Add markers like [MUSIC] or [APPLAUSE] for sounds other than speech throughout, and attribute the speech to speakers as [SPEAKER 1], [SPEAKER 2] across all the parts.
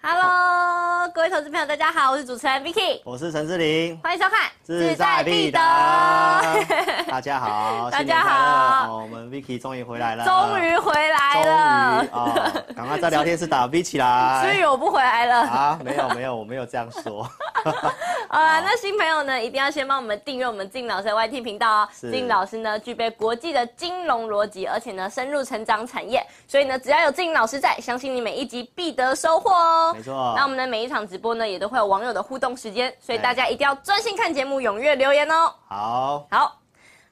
[SPEAKER 1] Hello，各位投资朋友，大家好，我是主持人 Vicky，
[SPEAKER 2] 我是陈志玲，
[SPEAKER 1] 欢迎收看《
[SPEAKER 2] 大家
[SPEAKER 1] [LAUGHS]
[SPEAKER 2] 好，
[SPEAKER 1] 大家好
[SPEAKER 2] 新年快乐哦我们 Vicky 终于回来了，
[SPEAKER 1] 终于回来
[SPEAKER 2] 终于
[SPEAKER 1] 了，
[SPEAKER 2] 哦，赶快在聊天室打 V 起来。
[SPEAKER 1] [LAUGHS] 所以我不回来了。
[SPEAKER 2] 啊，没有没有，我没有这样
[SPEAKER 1] [LAUGHS]
[SPEAKER 2] 说。
[SPEAKER 1] 好啦，
[SPEAKER 2] 啊
[SPEAKER 1] 那新朋友呢，一定要先帮我们订阅我们金老师的 YT 频道哦。
[SPEAKER 2] 是
[SPEAKER 1] 金老师呢，具备国际的金融逻辑，而且呢，深入成长产业，所以呢，只要有金老师在，相信你每一集必得收获哦。
[SPEAKER 2] 没错
[SPEAKER 1] 那我们的每一场直播呢，也都会有网友的互动时间，所以
[SPEAKER 2] 对
[SPEAKER 1] 大家一定要专心看节目，踊跃留言哦。
[SPEAKER 2] 好，
[SPEAKER 1] 好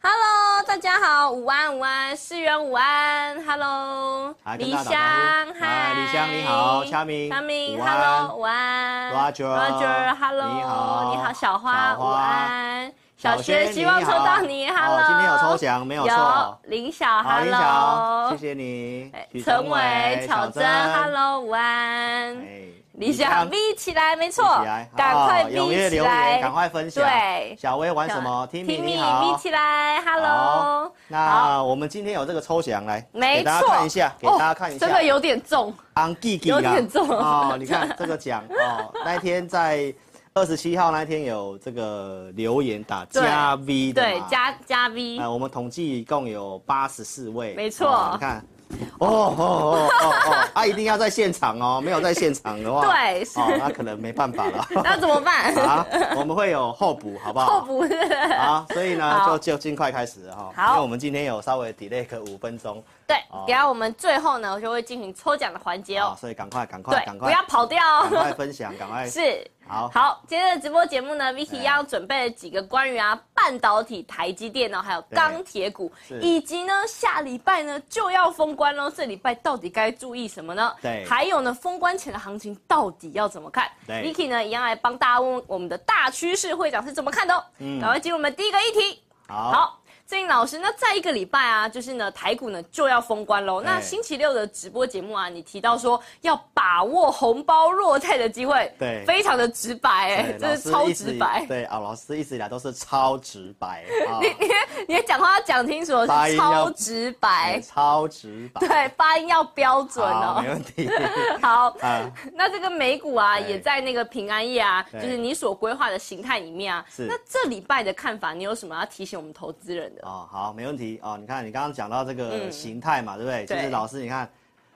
[SPEAKER 1] ，Hello，大家好，午安午安，世元午安，Hello，
[SPEAKER 2] 来跟
[SPEAKER 1] 李
[SPEAKER 2] 大家
[SPEAKER 1] 湘
[SPEAKER 2] 打招，呼
[SPEAKER 1] 嗨，
[SPEAKER 2] 来李湘你好佳明
[SPEAKER 1] 佳明
[SPEAKER 2] 午安
[SPEAKER 1] ，Hello，午安
[SPEAKER 2] Roger
[SPEAKER 1] ，Roger，Hello，
[SPEAKER 2] 你好
[SPEAKER 1] 你好，小花，
[SPEAKER 2] 小
[SPEAKER 1] 午
[SPEAKER 2] 花
[SPEAKER 1] 安，小
[SPEAKER 2] 轩
[SPEAKER 1] 学希望
[SPEAKER 2] 你
[SPEAKER 1] 抽
[SPEAKER 2] 好
[SPEAKER 1] 到你，Hello，
[SPEAKER 2] 哦今天有抽奖没有错
[SPEAKER 1] 林小
[SPEAKER 2] 好，林晓，
[SPEAKER 1] ，Hello，
[SPEAKER 2] 谢谢你
[SPEAKER 1] 哎，
[SPEAKER 2] 许
[SPEAKER 1] 陈
[SPEAKER 2] 成
[SPEAKER 1] 伟、巧珍，Hello，午
[SPEAKER 2] 哎
[SPEAKER 1] 安，李湘
[SPEAKER 2] 湘
[SPEAKER 1] V 起来，没错
[SPEAKER 2] 立起来，，
[SPEAKER 1] 赶快
[SPEAKER 2] 哦踊
[SPEAKER 1] V
[SPEAKER 2] 跃
[SPEAKER 1] 起
[SPEAKER 2] 留言，
[SPEAKER 1] 来，
[SPEAKER 2] 赶快分享。
[SPEAKER 1] 对
[SPEAKER 2] 小薇啊玩什么？听
[SPEAKER 1] 听
[SPEAKER 2] 米
[SPEAKER 1] 米
[SPEAKER 2] 你
[SPEAKER 1] 咪
[SPEAKER 2] 好。
[SPEAKER 1] 起来，Hello，
[SPEAKER 2] 好，那我们今天有这个抽奖来，
[SPEAKER 1] 没
[SPEAKER 2] 给大家
[SPEAKER 1] 错哦
[SPEAKER 2] 看一下，给大家看一下。
[SPEAKER 1] 这个有点重，
[SPEAKER 2] 昂弟弟
[SPEAKER 1] 有点重
[SPEAKER 2] 哦，你看这个奖
[SPEAKER 1] [LAUGHS]
[SPEAKER 2] 哦，那一天在二十七号那一天有这个留言打
[SPEAKER 1] 对
[SPEAKER 2] 加 V 的
[SPEAKER 1] 对
[SPEAKER 2] 嘛，，
[SPEAKER 1] 加加 V，
[SPEAKER 2] 呃，我们统计一共有八十四位，
[SPEAKER 1] 没错
[SPEAKER 2] 哦你看。哦哦哦哦
[SPEAKER 1] [LAUGHS]
[SPEAKER 2] 哦！啊，一定要在现场哦，没有在现场的话，
[SPEAKER 1] 对是
[SPEAKER 2] 哦，那可能没办法了。 [LAUGHS]
[SPEAKER 1] 那怎么办？
[SPEAKER 2] 啊，我们会有候补，好不
[SPEAKER 1] [LAUGHS] 后
[SPEAKER 2] 好？[LAUGHS]
[SPEAKER 1] 补
[SPEAKER 2] 啊，所以呢，
[SPEAKER 1] 好
[SPEAKER 2] 就就尽快开始了哈。
[SPEAKER 1] 好
[SPEAKER 2] 因为我们今天有稍微 delay 个五分钟，
[SPEAKER 1] 对
[SPEAKER 2] 哦，
[SPEAKER 1] 等一下我们最后呢就会进行抽奖的环节
[SPEAKER 2] 啊，
[SPEAKER 1] 哦，
[SPEAKER 2] 所以赶快赶快
[SPEAKER 1] 对，
[SPEAKER 2] 赶
[SPEAKER 1] 不
[SPEAKER 2] 快
[SPEAKER 1] 要跑掉
[SPEAKER 2] 赶快
[SPEAKER 1] 哦，
[SPEAKER 2] 分享，赶
[SPEAKER 1] [LAUGHS]
[SPEAKER 2] 快
[SPEAKER 1] 是。
[SPEAKER 2] 好哎
[SPEAKER 1] 好，今天的直播节目呢，Vicky
[SPEAKER 2] 对
[SPEAKER 1] 要准备了几个关于啊半导体、台积电哦，还有钢铁股，
[SPEAKER 2] 对是
[SPEAKER 1] 以及呢下礼拜呢就要封关喽，这礼拜到底该注意什么呢？
[SPEAKER 2] 对
[SPEAKER 1] 还有呢封关前的行情到底要怎么看
[SPEAKER 2] 对
[SPEAKER 1] ？Vicky 呢一样来帮大家问问我们的大趋势会长是怎么看的哦。
[SPEAKER 2] 嗯
[SPEAKER 1] 赶快进入我们第一个议题。
[SPEAKER 2] 好
[SPEAKER 1] 好，郑颖老师，那在一个礼拜啊，就是呢，台股呢就要封关喽。那
[SPEAKER 2] 哎
[SPEAKER 1] 星期六的直播节目啊，你提到说要把握红包落袋的机会，
[SPEAKER 2] 对
[SPEAKER 1] 非常的直白、哎，
[SPEAKER 2] 对
[SPEAKER 1] 真
[SPEAKER 2] 老
[SPEAKER 1] 是
[SPEAKER 2] 师
[SPEAKER 1] 超
[SPEAKER 2] 一直
[SPEAKER 1] 直
[SPEAKER 2] 以
[SPEAKER 1] 白。
[SPEAKER 2] 对啊，老师一直以来都是超直
[SPEAKER 1] [LAUGHS]
[SPEAKER 2] 白啊，
[SPEAKER 1] 你的讲话要讲清楚哦，
[SPEAKER 2] 发
[SPEAKER 1] 是
[SPEAKER 2] 音要
[SPEAKER 1] 超直白
[SPEAKER 2] 对，超直白，
[SPEAKER 1] 哎对，发音要标准
[SPEAKER 2] 好，
[SPEAKER 1] 哦
[SPEAKER 2] 没。
[SPEAKER 1] [LAUGHS]
[SPEAKER 2] 问题
[SPEAKER 1] 好，
[SPEAKER 2] 啊。
[SPEAKER 1] 那这个美股啊，
[SPEAKER 2] 对
[SPEAKER 1] 也在那个平安夜啊，就
[SPEAKER 2] 对
[SPEAKER 1] 是你所规划的形态里面啊。
[SPEAKER 2] 是
[SPEAKER 1] 那这礼拜的看法，你有什么要提醒我们投资人的？
[SPEAKER 2] 哦，好，没问题哦。你看，你刚刚讲到这个
[SPEAKER 1] 嗯
[SPEAKER 2] 形态嘛，对不对？
[SPEAKER 1] 对
[SPEAKER 2] 其实老师，你看，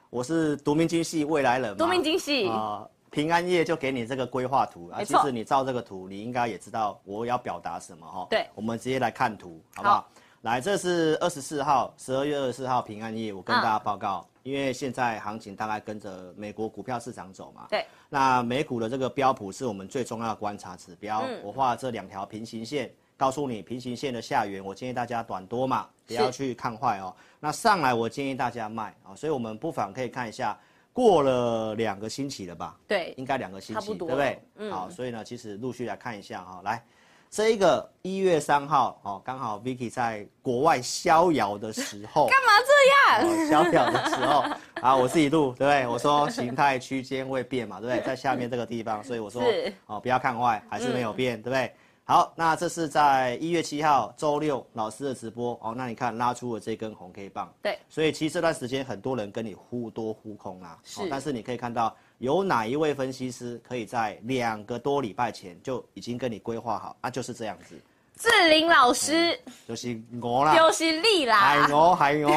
[SPEAKER 2] 我是读明经系未来人嘛，
[SPEAKER 1] 多面惊喜，
[SPEAKER 2] 啊、平安夜就给你这个规划图啊，
[SPEAKER 1] 没
[SPEAKER 2] 其
[SPEAKER 1] 错
[SPEAKER 2] 实你照这个图，你应该也知道我要表达什么哈。
[SPEAKER 1] 对
[SPEAKER 2] 我们直接来看图，好不好？
[SPEAKER 1] 好
[SPEAKER 2] 来，这是二十四号，十二月二十四号平安夜，我跟
[SPEAKER 1] 嗯
[SPEAKER 2] 大家报告，因为现在行情大概跟着美国股票市场走嘛。
[SPEAKER 1] 对。
[SPEAKER 2] 那美股的这个标普是我们最重要的观察指标，
[SPEAKER 1] 嗯
[SPEAKER 2] 我画这两条平行线，告诉你平行线的下缘，我建议大家短多嘛，不要
[SPEAKER 1] 是
[SPEAKER 2] 去看坏哦。那上来我建议大家卖啊、所以我们不妨可以看一下，过了两个星期了吧？
[SPEAKER 1] 对，
[SPEAKER 2] 应该两个星
[SPEAKER 1] 差
[SPEAKER 2] 期，
[SPEAKER 1] 不多
[SPEAKER 2] 对不对
[SPEAKER 1] 了？嗯
[SPEAKER 2] 好，所以呢，其实陆续来看一下哈、哦来，这一个一月三号哦，刚好 Vicky 在国外逍遥的时
[SPEAKER 1] [LAUGHS]
[SPEAKER 2] 候，
[SPEAKER 1] 干嘛这样？
[SPEAKER 2] 哦逍遥的时候啊，我自己录，对不对？我说形态区间会变嘛，对不对？在下面这个地方，所以我说
[SPEAKER 1] 是嗯
[SPEAKER 2] 哦，不要看坏，还是没有变，对不对？好，那这是在一月七号周六老师的直播哦，那你看拉出了这根红 K 棒，
[SPEAKER 1] 对，
[SPEAKER 2] 所以其实这段时间很多人跟你忽多忽空啦、
[SPEAKER 1] 是
[SPEAKER 2] 但是你可以看到有哪一位分析师可以在两个多礼拜前就已经跟你规划好，啊，就是这样子，
[SPEAKER 1] 志玲老师
[SPEAKER 2] 就是我
[SPEAKER 1] [LAUGHS]
[SPEAKER 2] 啦，
[SPEAKER 1] 丢心力啦
[SPEAKER 2] 哎海，牛海牛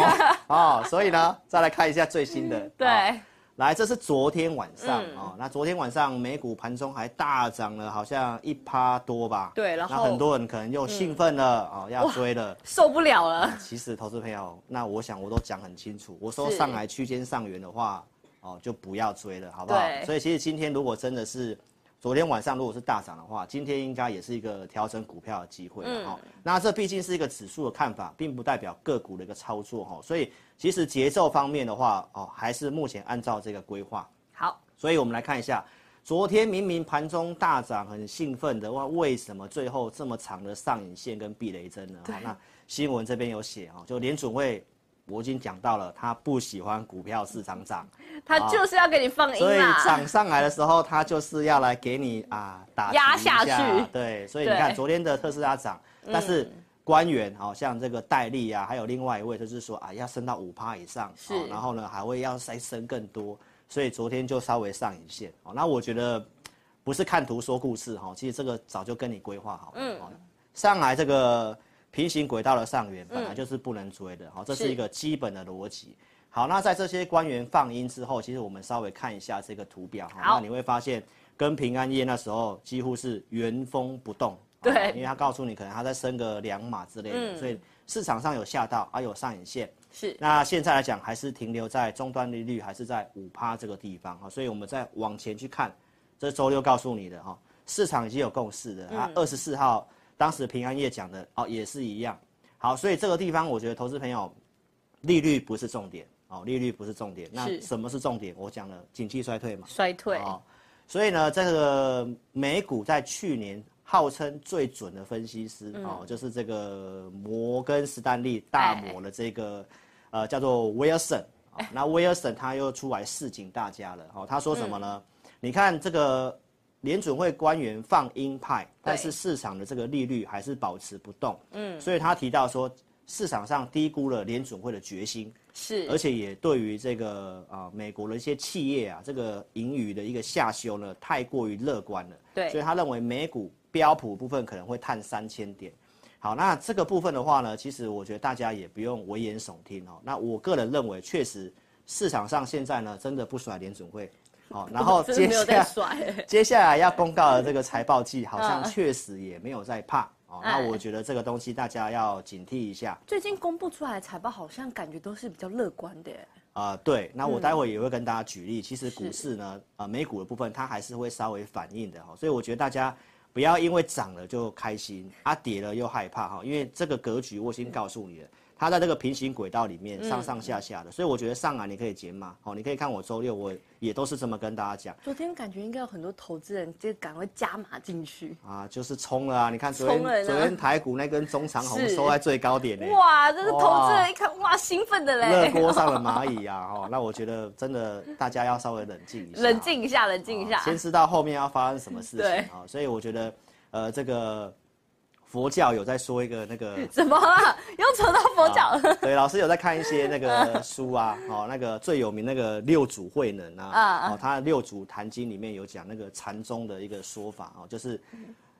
[SPEAKER 2] 哦，所以呢，再来看一下最新的，
[SPEAKER 1] 嗯对
[SPEAKER 2] 哦，来，这是昨天晚上
[SPEAKER 1] 嗯
[SPEAKER 2] 哦，那昨天晚上美股盘中还大涨了，好像一趴多吧。
[SPEAKER 1] 对然
[SPEAKER 2] 那
[SPEAKER 1] 后
[SPEAKER 2] 很多人可能又兴奋了哦，要追了。
[SPEAKER 1] 受不了了。
[SPEAKER 2] 其实投资朋友，那我想我都讲很清楚，我说
[SPEAKER 1] 是
[SPEAKER 2] 上来区间上缘的话，哦，就不要追了，好不好
[SPEAKER 1] 对？
[SPEAKER 2] 所以其实今天如果真的是。昨天晚上如果是大涨的话，今天应该也是一个调整股票的机会
[SPEAKER 1] 嗯
[SPEAKER 2] 了哈、那这毕竟是一个指数的看法，并不代表个股的一个操作哈、所以其实节奏方面的话，哦，还是目前按照这个规划。
[SPEAKER 1] 好，
[SPEAKER 2] 所以我们来看一下，昨天明明盘中大涨，很兴奋的话，为什么最后这么长的上影线跟避雷针呢？好，那新闻这边有写哦，就联准会。我已经讲到了，他不喜欢股票市场涨，
[SPEAKER 1] 他就是要给你放音啊
[SPEAKER 2] 哦所以
[SPEAKER 1] 啦
[SPEAKER 2] 涨。上来的时候，他就是要来给你
[SPEAKER 1] [LAUGHS]
[SPEAKER 2] 啊打击
[SPEAKER 1] 压
[SPEAKER 2] 一下
[SPEAKER 1] 下去
[SPEAKER 2] 对，所以你看
[SPEAKER 1] 对嗯
[SPEAKER 2] 昨天的特斯拉涨，但是官员好、像这个戴利啊，还有另外一位就是说啊，要升到五趴以上，
[SPEAKER 1] 是
[SPEAKER 2] 然后呢还会要再升更多，所以昨天就稍微上影线。哦，那我觉得不是看图说故事哈、哦其实这个早就跟你规划好了。嗯、上来这个平行轨道的上缘本来就是不能追的，好、哦这
[SPEAKER 1] 嗯是
[SPEAKER 2] 是一个基本的逻辑。好，那在这些官员放音之后，其实我们稍微看一下这个图表，
[SPEAKER 1] 好
[SPEAKER 2] 那你会发现跟平安夜那时候几乎是原封不动，
[SPEAKER 1] 对
[SPEAKER 2] 哦因为他告诉你可能他再升个两码之类的，
[SPEAKER 1] 嗯
[SPEAKER 2] 所以市场上有吓到，啊有上影线，
[SPEAKER 1] 是
[SPEAKER 2] 那现在来讲还是停留在终端利率还是在五趴这个地方哈，所以我们再往前去看，这是周六告诉你的哈，市场已经有共识
[SPEAKER 1] 嗯
[SPEAKER 2] 的，啊二十四号当时平安夜讲的哦也是一样，好，所以这个地方我觉得投资朋友利率不是重点哦，利率不是重点，那
[SPEAKER 1] 是
[SPEAKER 2] 什么是重点？我讲了景气衰退嘛，
[SPEAKER 1] 衰退，
[SPEAKER 2] 哦，所以呢，这个美股在去年号称最准的分析师、哦，就是这个摩根士丹利大摩的这个呃叫做威尔森。哦那威尔森他又出来示警大家了，哦，他说什么呢？你看这个联准会官员放鹰派，但是市场的这个利率还是保持不动，嗯，所以他提到说市场上低估了联准会的决心，而
[SPEAKER 1] 是
[SPEAKER 2] 且也对于这个啊、美国的一些企业啊，这个盈余的一个下修呢，太过于乐观了。
[SPEAKER 1] 对
[SPEAKER 2] 所以他认为美股标普部分可能会探三千点。好，那这个部分的话呢，其实我觉得大家也不用危言耸听哦。那我个人认为，确实市场上现在呢，真的不甩联准会。好、然后
[SPEAKER 1] [LAUGHS] 真的
[SPEAKER 2] 呃接
[SPEAKER 1] 没有
[SPEAKER 2] 下
[SPEAKER 1] 在
[SPEAKER 2] 来
[SPEAKER 1] 甩，
[SPEAKER 2] [LAUGHS]
[SPEAKER 1] 嗯
[SPEAKER 2] 接下来要公告的这个财报季，好像确实也没有在怕。哦，那
[SPEAKER 1] 哎
[SPEAKER 2] 我觉得这个东西大家要警惕一下。
[SPEAKER 1] 最近公布出来的财报好像感觉都是比较乐观的耶，
[SPEAKER 2] 啊、对，那我
[SPEAKER 1] 嗯
[SPEAKER 2] 待会也会跟大家举例。其实股市呢，呃，美股的部分它还是会稍微反应的哈，所以我觉得大家不要因为涨了就开心，啊，跌了又害怕哈，因为这个格局我已经告诉你了，它在这个平行轨道里面上上下下的，
[SPEAKER 1] 嗯
[SPEAKER 2] 所以我觉得上来你可以减码，哦，你可以看我周六我也都是这么跟大家讲。
[SPEAKER 1] 昨天感觉应该有很多投资人就赶快加码进去。
[SPEAKER 2] 啊，就是冲了啊！你看昨天
[SPEAKER 1] 冲了呢
[SPEAKER 2] 昨天台股那根中长红
[SPEAKER 1] 是
[SPEAKER 2] 收在最高点呢、
[SPEAKER 1] 哇，这是投资
[SPEAKER 2] 哇
[SPEAKER 1] 人一看，哇，兴奋的
[SPEAKER 2] 热
[SPEAKER 1] 嘞，
[SPEAKER 2] 锅上的蚂蚁啊！哦，那我觉得真的大家要稍微冷静一下，
[SPEAKER 1] [LAUGHS] 冷静一下，冷静一下
[SPEAKER 2] 哦，先知道后面要发生什么事情
[SPEAKER 1] 对
[SPEAKER 2] 啊、哦所以我觉得，呃，这个佛教有在说一个
[SPEAKER 1] [LAUGHS]
[SPEAKER 2] 那个
[SPEAKER 1] 怎么了？又扯到佛教了？
[SPEAKER 2] 啊对，老师有在看一些那个书啊，哦，那个最有名那个六祖慧能啊，
[SPEAKER 1] 啊
[SPEAKER 2] 哦，他的六祖坛经里面有讲那个禅宗的一个说法哦，就是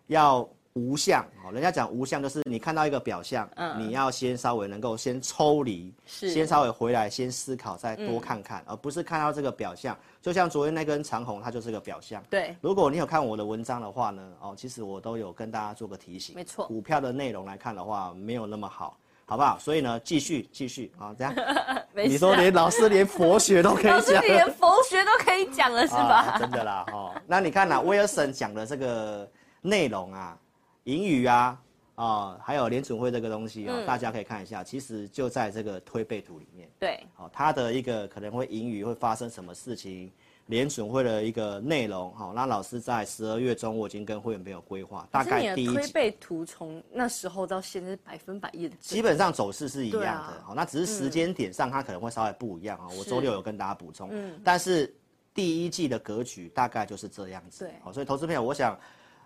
[SPEAKER 2] 要无相哦，人家讲无相就是你看到一个表象，你要先稍微能够先抽离，
[SPEAKER 1] 嗯是嗯
[SPEAKER 2] 先稍微回来先思考，再多看看，而不是看到这个表象。就像昨天那根长虹，它就是个表象。
[SPEAKER 1] [LAUGHS] 对，
[SPEAKER 2] 如果你有看我的文章的话呢，哦，其实我都有跟大家做个提醒。
[SPEAKER 1] 没错
[SPEAKER 2] 股票的内容来看的话，没有那么好，好不好？所以呢，继续继续啊，这样
[SPEAKER 1] [LAUGHS] 没
[SPEAKER 2] 你
[SPEAKER 1] 事
[SPEAKER 2] 说
[SPEAKER 1] 啊。 [LAUGHS]
[SPEAKER 2] 连老师连佛学都可以
[SPEAKER 1] 老师，
[SPEAKER 2] 讲
[SPEAKER 1] 你，连佛学都可以讲了是吧
[SPEAKER 2] 啊？真的啦，哦，那你看啦，威尔森讲的这个内容啊，英语啊。啊、还有联准会这个东西啊、哦
[SPEAKER 1] 嗯
[SPEAKER 2] 大家可以看一下，其实就在这个推背图里面。
[SPEAKER 1] 对，
[SPEAKER 2] 好、它的一个可能会盈余会发生什么事情，联准会的一个内容，好、那老师在十二月中我已经跟会员朋友规划，大
[SPEAKER 1] 可是你
[SPEAKER 2] 概
[SPEAKER 1] 的
[SPEAKER 2] 第一
[SPEAKER 1] 推
[SPEAKER 2] 季
[SPEAKER 1] 背图从那时候到现在是百分百验
[SPEAKER 2] 基
[SPEAKER 1] 证，
[SPEAKER 2] 本上走势是一样
[SPEAKER 1] 对
[SPEAKER 2] 的，
[SPEAKER 1] 啊
[SPEAKER 2] 好、那只是时间点上它可能会稍微不一样啊、我
[SPEAKER 1] 是嗯
[SPEAKER 2] 周六有跟大家补充，但是第一季的格局大概就是这样子，
[SPEAKER 1] 对
[SPEAKER 2] 好、所以投资朋友，我想。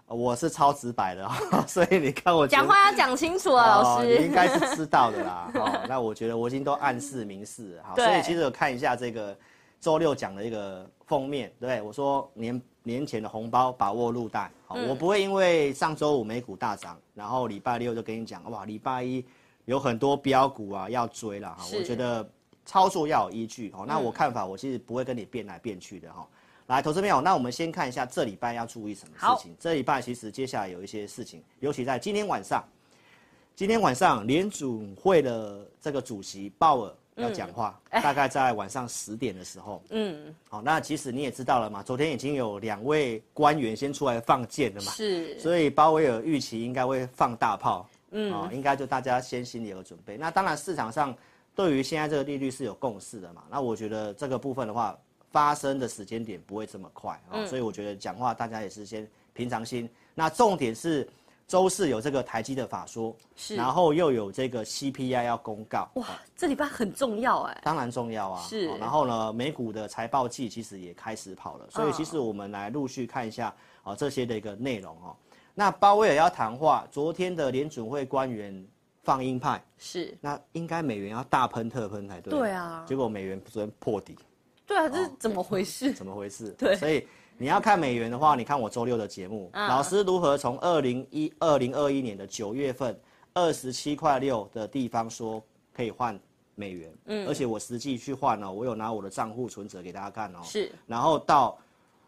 [SPEAKER 2] 呃我是超直白的、哦， [LAUGHS] 所以你看我觉得
[SPEAKER 1] 讲话要讲清楚啊，老
[SPEAKER 2] 哦你应
[SPEAKER 1] 师。
[SPEAKER 2] 该是知道的
[SPEAKER 1] [LAUGHS]
[SPEAKER 2] 啦。哦，那我觉得我已经都暗示明示了，好，
[SPEAKER 1] 对
[SPEAKER 2] 所以其实我看一下这个周六讲的一个封面，对不对我说年年前的红包把握入袋，好，
[SPEAKER 1] 嗯
[SPEAKER 2] 我不会因为上周五美股大涨，然后礼拜六就跟你讲哇，礼拜一有很多标股啊要追了哈，
[SPEAKER 1] 是嗯
[SPEAKER 2] 我觉得操作要有依据哦。那我看法，我其实不会跟你变来变去的哈、哦。来，投资朋友，那我们先看一下这礼拜要注意什么事情。这礼拜其实接下来有一些事情，尤其在今天晚上，今天晚上联储会的这个主席鲍尔要讲话，大概在晚上十点的时候。
[SPEAKER 1] 哎嗯，
[SPEAKER 2] 好、那其实你也知道了嘛，昨天已经有两位官员先出来放箭了嘛，
[SPEAKER 1] 是，
[SPEAKER 2] 所以鲍威尔预期应该会放大炮，嗯，哦，应该就大家先心里有准备。那当然市场上对于现在这个利率是有共识的嘛，那我觉得这个部分的话，发生的时间点不会这么快啊、哦
[SPEAKER 1] 嗯
[SPEAKER 2] 所以我觉得讲话大家也是先平常心。那重点是周四有这个台积的法说，
[SPEAKER 1] 是
[SPEAKER 2] 然后又有这个 CPI 要公告，哦
[SPEAKER 1] 哇，这礼拜很重要哎、
[SPEAKER 2] 当然重要啊。
[SPEAKER 1] 是
[SPEAKER 2] 然后呢，美股的财报季其实也开始跑
[SPEAKER 1] 嗯
[SPEAKER 2] 了，所以其实我们来陆续看一下啊、这些的一个内容哦。那鲍威尔要谈话，昨天的联准会官员放鹰派，
[SPEAKER 1] 是，
[SPEAKER 2] 那应该美元要大喷特喷才对。
[SPEAKER 1] 对啊
[SPEAKER 2] 结果美元昨天破底，
[SPEAKER 1] 对啊，这
[SPEAKER 2] 哦
[SPEAKER 1] 是怎么回事？
[SPEAKER 2] 怎么回事？哦
[SPEAKER 1] 对嗯
[SPEAKER 2] 所以你要看美元的话，你看我周六的节目，老师如何从二零一二零二一年的九月份二十七块六的地方说可以换美元，嗯，而且我实际去换哦，我有拿我的账户存折给大家看哦，
[SPEAKER 1] 是，
[SPEAKER 2] 然后到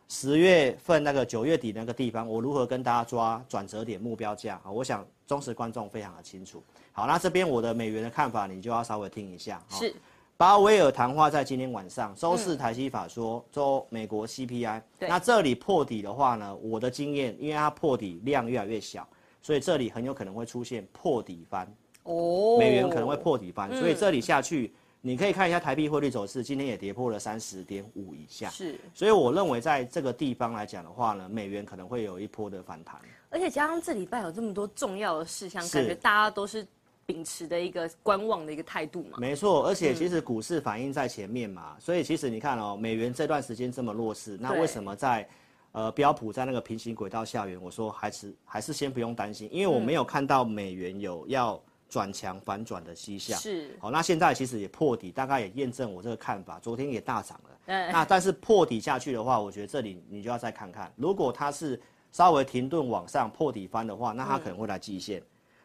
[SPEAKER 2] 十月份那个九月底那个地方，我如何跟大家抓转折点目标价啊？我想忠实观众非常的清楚。好，那这边我的美元的看法，你就要稍微听一下。哦
[SPEAKER 1] 是，
[SPEAKER 2] 鲍威尔谈话在今天晚上，周四台积法说，周美国 CPI，
[SPEAKER 1] 嗯对
[SPEAKER 2] 那这里破底的话呢，我的经验，因为它破底量越来越小，所以这里很有可能会出现破底翻，
[SPEAKER 1] 哦嗯
[SPEAKER 2] 美元可能会破底翻，所以这里下去，你可以看一下台币汇率走势，今天也跌破了三十点五以下，
[SPEAKER 1] 是，
[SPEAKER 2] 所以我认为在这个地方来讲的话呢，美元可能会有一波的反弹。
[SPEAKER 1] 而且加上这礼拜有这么多重要的事项，
[SPEAKER 2] 是
[SPEAKER 1] 感觉大家都是秉持的一个观望的一个态度嘛。嗯
[SPEAKER 2] 没错，而且其实股市反应在前面嘛，所以其实你看哦，美元这段时间这么弱势，那
[SPEAKER 1] 对
[SPEAKER 2] 为什么在呃标普在那个平行轨道下缘，我说还是还是先不用担心，因为我
[SPEAKER 1] 嗯
[SPEAKER 2] 没有看到美元有要转强反转的迹象。
[SPEAKER 1] 是
[SPEAKER 2] 好，那现在其实也破底，大概也验证我这个看法，昨天也大涨了。
[SPEAKER 1] [LAUGHS] 嗯
[SPEAKER 2] 那但是破底下去的话，我觉得这里你就要再看看，如果它是稍微停顿往上破底翻的话，那它可能会来季线。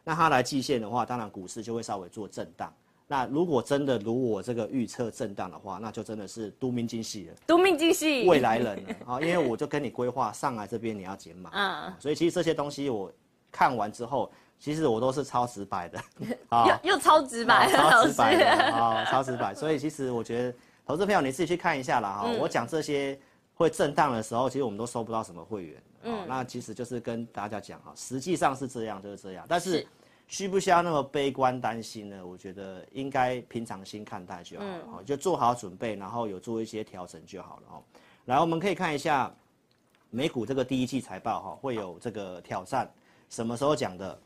[SPEAKER 2] 那它来季线的话，当然股市就会稍微做震荡。那如果真的如我这个预测震荡的话，那就真的是都民惊喜了，
[SPEAKER 1] 都命尽系
[SPEAKER 2] 未来人了啊！因为我就跟你规划上来这边你要减码，哦
[SPEAKER 1] 啊，
[SPEAKER 2] 所以其实这些东西我看完之后，其实我都是超直白的啊。
[SPEAKER 1] 又又超直白了，
[SPEAKER 2] 超
[SPEAKER 1] 老
[SPEAKER 2] 直白的
[SPEAKER 1] 师。
[SPEAKER 2] 啊，超直白。所以其实我觉得投资朋友你自己去看一下啦
[SPEAKER 1] 嗯
[SPEAKER 2] 哈、我讲这些会震荡的时候，其实我们都收不到什么会员
[SPEAKER 1] 嗯
[SPEAKER 2] 啊、那其实就是跟大家讲哈，实际上是这样，就是这样。但是
[SPEAKER 1] 是
[SPEAKER 2] 需不需要那么悲观担心呢？我觉得应该平常心看待就好
[SPEAKER 1] 嗯
[SPEAKER 2] 了、哈，就做好准备，然后有做一些调整就好了哦。来，我们可以看一下美股这个第一季财报哈、会有这个挑战，什么时候讲的？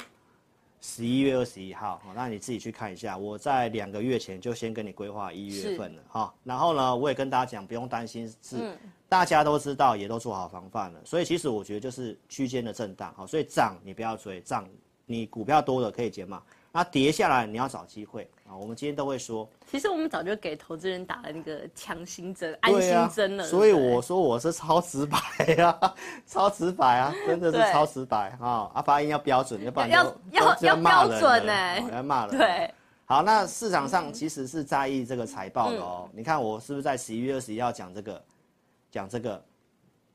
[SPEAKER 2] 十一月二十一号，哦那你自己去看一下。我在两个月前就先跟你规划一月份了哈、然后呢，我也跟大家讲，不用担心，是、大家都知道，也都做好防范了。所以其实我觉得就是区间的震荡，好，哦所以涨你不要追，涨你股票多了可以减码，那跌下来你要找机会啊。我们今天都会说，
[SPEAKER 1] 其实我们早就给投资人打了那个强心针、安心针了。
[SPEAKER 2] 对啊。所以
[SPEAKER 1] 对不对
[SPEAKER 2] 我说我是超直白啊， [LAUGHS] 超直白啊，真的
[SPEAKER 1] 对
[SPEAKER 2] 是超直白啊！啊，发音要标准，要不然
[SPEAKER 1] 要
[SPEAKER 2] 就
[SPEAKER 1] 要
[SPEAKER 2] 就就骂人了
[SPEAKER 1] 要标准欸
[SPEAKER 2] 哦要骂人。
[SPEAKER 1] 对，
[SPEAKER 2] 好，那市场上其实是在意这个财报的
[SPEAKER 1] 嗯
[SPEAKER 2] 哦。你看我是不是在十一月二十一号讲这个，讲这个，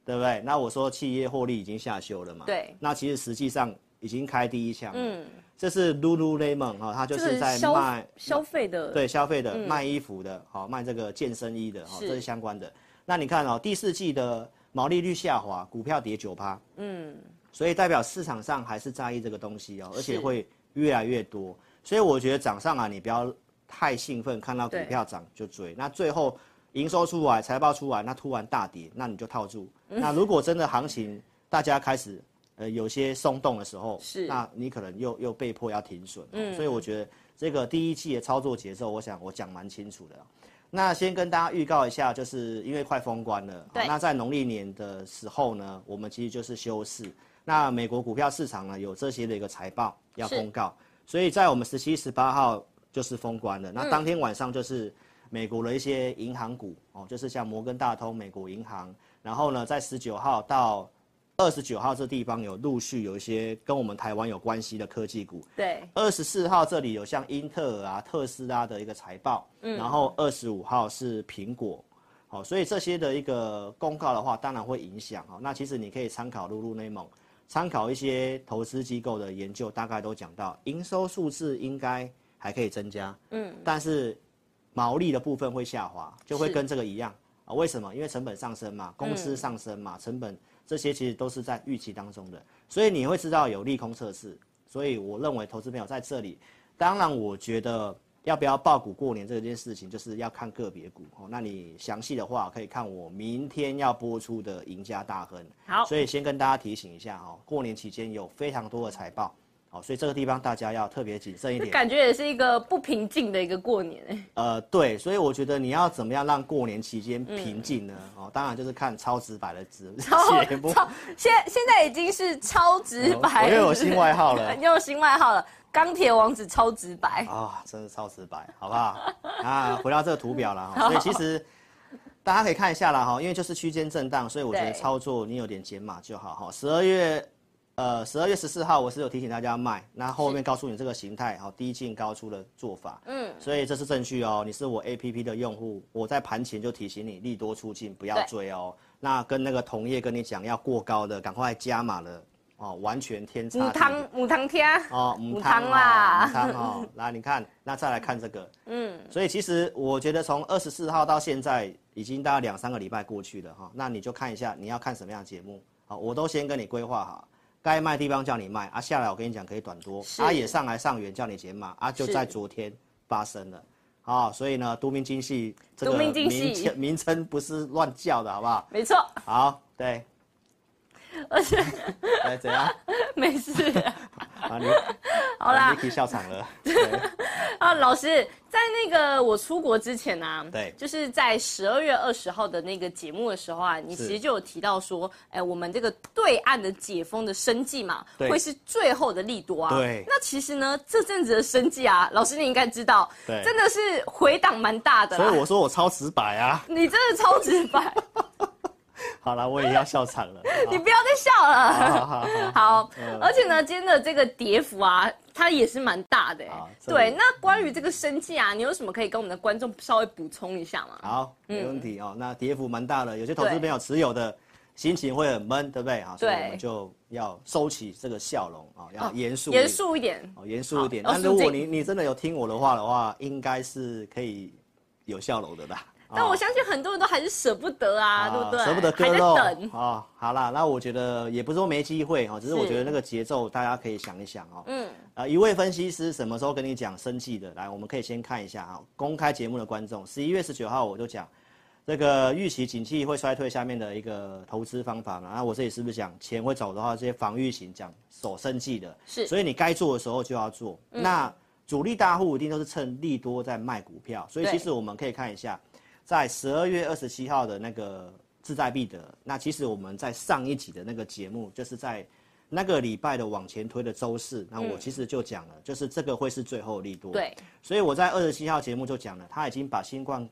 [SPEAKER 2] 对不对？那我说企业获利已经下修了嘛？
[SPEAKER 1] 对
[SPEAKER 2] 那其实实际上已经开第一枪。嗯
[SPEAKER 1] 嗯。
[SPEAKER 2] 这是 Lululemon 哈、它就
[SPEAKER 1] 这
[SPEAKER 2] 是
[SPEAKER 1] 个
[SPEAKER 2] 在
[SPEAKER 1] 消
[SPEAKER 2] 卖
[SPEAKER 1] 消费的，嗯
[SPEAKER 2] 对消费的、卖衣服的，好、卖这个健身衣的，好、
[SPEAKER 1] 是
[SPEAKER 2] 这是相关的。那你看哦，第四季的毛利率下滑，股票跌九趴，嗯，所以代表市场上还是在意这个东西哦，而且
[SPEAKER 1] 是
[SPEAKER 2] 会越来越多。所以我觉得涨上来你不要太兴奋，看到股
[SPEAKER 1] 对
[SPEAKER 2] 票涨就追，那最后营收出来、财报出来，那突然大跌，那你就
[SPEAKER 1] [LAUGHS]
[SPEAKER 2] 套住。那如果真的行情大家开始呃有些松动的时候，
[SPEAKER 1] 是
[SPEAKER 2] 那你可能又又被迫要停损、嗯，所以我觉得这个第一季的操作节奏，我想我讲蛮清楚的。那先跟大家预告一下，就是因为快封关了，
[SPEAKER 1] 对
[SPEAKER 2] 好那在农历年的时候呢，我们其实就是休市。那美国股票市场呢有这些的一个财报要
[SPEAKER 1] 是
[SPEAKER 2] 公告，所以在我们十七、十八号就是封关了。那当天晚上就是美国的一些银行股哦，就是像摩根大通、美国银行，然后呢在十九号到二十九号这地方有陆续有一些跟我们台湾有关系的科技股，
[SPEAKER 1] 对，
[SPEAKER 2] 二十四号这里有像英特尔啊、特斯拉的一个财报，然后二十五号是苹果，好、所以这些的一个公告的话，当然会影响哦。那其实你可以参考露露内蒙，参考一些投资机构的研究，大概都讲到营收数字应该还可以增加，嗯，但是毛利的部分会下滑，就会
[SPEAKER 1] 是
[SPEAKER 2] 跟这个一样啊。为什么？因为成本上升嘛，公司上升嘛，成本这些其实都是在预期当中的，所以你会知道有利空测试。所以我认为投资朋友在这里，当然我觉得要不要爆股过年这件事情，就是要看个别股哦。那你详细的话可以看我明天要播出的赢家大亨。
[SPEAKER 1] 好
[SPEAKER 2] 所以先跟大家提醒一下哦，过年期间有非常多的财报。哦，所以这个地方大家要特别谨慎一点。
[SPEAKER 1] 感觉也是一个不平静的一个过年哎、
[SPEAKER 2] 呃，对，所以我觉得你要怎么样让过年期间平静呢？哦，当然就是看超直白的直
[SPEAKER 1] 超
[SPEAKER 2] 节目。
[SPEAKER 1] 超，现现在已经是超直白，
[SPEAKER 2] 嗯我又有新外号了
[SPEAKER 1] [LAUGHS] 又有新外号了，钢铁王子超直白。
[SPEAKER 2] 啊、真是超直白，好不
[SPEAKER 1] [LAUGHS]
[SPEAKER 2] 好？啊，回到这个图表了哈，所以其实大家可以看一下啦哈，因为就是区间震荡，所以我觉得
[SPEAKER 1] 对
[SPEAKER 2] 操作你有点减码就好哈。十二月呃十二月十四号我是有提醒大家卖，那后面告诉你这个形态哈，低进高出的做法，嗯，所以这是证据哦。你是我 APP 的用户，我在盘前就提醒你利多出尽，不要
[SPEAKER 1] 对
[SPEAKER 2] 追哦。那跟那个同业跟你讲要过高的，赶快加码了哦，完全天差
[SPEAKER 1] 母
[SPEAKER 2] 地别。
[SPEAKER 1] 汤母汤啊天，
[SPEAKER 2] 哦，母
[SPEAKER 1] 母
[SPEAKER 2] 汤
[SPEAKER 1] 汤
[SPEAKER 2] 啦，
[SPEAKER 1] 啦
[SPEAKER 2] 母汤
[SPEAKER 1] [LAUGHS]
[SPEAKER 2] 哦，来你看，那再来看这个，嗯，所以其实我觉得从二十四号到现在已经大概两三个礼拜过去了哈、那你就看一下你要看什么样的节目，好，我都先跟你规划好，该卖地方叫你卖啊，下来我跟你讲可以短多，
[SPEAKER 1] 是
[SPEAKER 2] 啊也上来上缘叫你减码啊，就在昨天发生了。啊、所以呢，都明精细这个
[SPEAKER 1] 都明
[SPEAKER 2] 名
[SPEAKER 1] 精细
[SPEAKER 2] 称名称不是乱叫的，好不好？
[SPEAKER 1] 没错，
[SPEAKER 2] 好，
[SPEAKER 1] [LAUGHS]
[SPEAKER 2] 对，
[SPEAKER 1] 而且
[SPEAKER 2] [LAUGHS] 来怎样？
[SPEAKER 1] 没事。
[SPEAKER 2] 啊，你
[SPEAKER 1] [LAUGHS] 好啦
[SPEAKER 2] n i k i 笑场了。对
[SPEAKER 1] 啊，老师，在那个我出国之前啊，
[SPEAKER 2] 对
[SPEAKER 1] 就是在十二月二十号的那个节目的时候啊，你
[SPEAKER 2] 是
[SPEAKER 1] 其实就有提到说，哎、我们这个对岸的解封的生计嘛，
[SPEAKER 2] 对
[SPEAKER 1] 会是最后的利多啊。
[SPEAKER 2] 对
[SPEAKER 1] 那其实呢，这阵子的生计啊，老师你应该知道，
[SPEAKER 2] 对
[SPEAKER 1] 真的是回档蛮大的啦。
[SPEAKER 2] 所以我说我超直白啊。 [LAUGHS]
[SPEAKER 1] 你真的超直白，
[SPEAKER 2] 好了，我也要笑场了。
[SPEAKER 1] 你不要再笑了。
[SPEAKER 2] 好好好好
[SPEAKER 1] [LAUGHS]
[SPEAKER 2] 嗯
[SPEAKER 1] 好，而且呢，今天的这个跌幅啊，它也是蛮大的、欸
[SPEAKER 2] 好。这
[SPEAKER 1] 对，
[SPEAKER 2] 里
[SPEAKER 1] 那关于这个生计啊，你有什么可以跟我们的观众稍微补充一下吗？
[SPEAKER 2] 好，没问题哦。那跌幅蛮大的，有些投资
[SPEAKER 1] 嗯对
[SPEAKER 2] 朋友持有的心情会很闷，对不对？好，所以
[SPEAKER 1] 对哦
[SPEAKER 2] 我们就要收起这个笑容啊，要严肃一点
[SPEAKER 1] 严肃一点。
[SPEAKER 2] 哦，严肃一点。
[SPEAKER 1] 好
[SPEAKER 2] 但
[SPEAKER 1] 要肃
[SPEAKER 2] 如果
[SPEAKER 1] 静
[SPEAKER 2] 你你真的有听我的话的话，应该是可以有笑容的吧？
[SPEAKER 1] 但
[SPEAKER 2] 哦
[SPEAKER 1] 我相信很多人都还是舍不得啊，对不对？
[SPEAKER 2] 舍不得割
[SPEAKER 1] 还在
[SPEAKER 2] 肉
[SPEAKER 1] 等。
[SPEAKER 2] 哦。好啦，那我觉得也不是说没机会哦哈，只是我
[SPEAKER 1] 是
[SPEAKER 2] 觉得那个节奏大家可以想一想哦。嗯。啊，一位分析师什么时候跟你讲生气的？来，我们可以先看一下啊，公开节目的观众，十一月十九号我就讲。这个预期景气会衰退下面的一个投资方法嘛，那我这里是不是讲钱会走的话，这些防御型讲守生计的，
[SPEAKER 1] 是嗯
[SPEAKER 2] 所以你该做的时候就要做。那主力大户一定都是趁利多在卖股票，所以其
[SPEAKER 1] 对
[SPEAKER 2] 实我们可以看一下，在十二月二十七号的那个志在必得，那其实我们在上一集的那个节目，就是在那个礼拜的往前推的周四，那我其实就讲了，就是这个会是最后利多。，
[SPEAKER 1] 嗯对，
[SPEAKER 2] 所以我在二十七号节目就讲了，他已经把新冠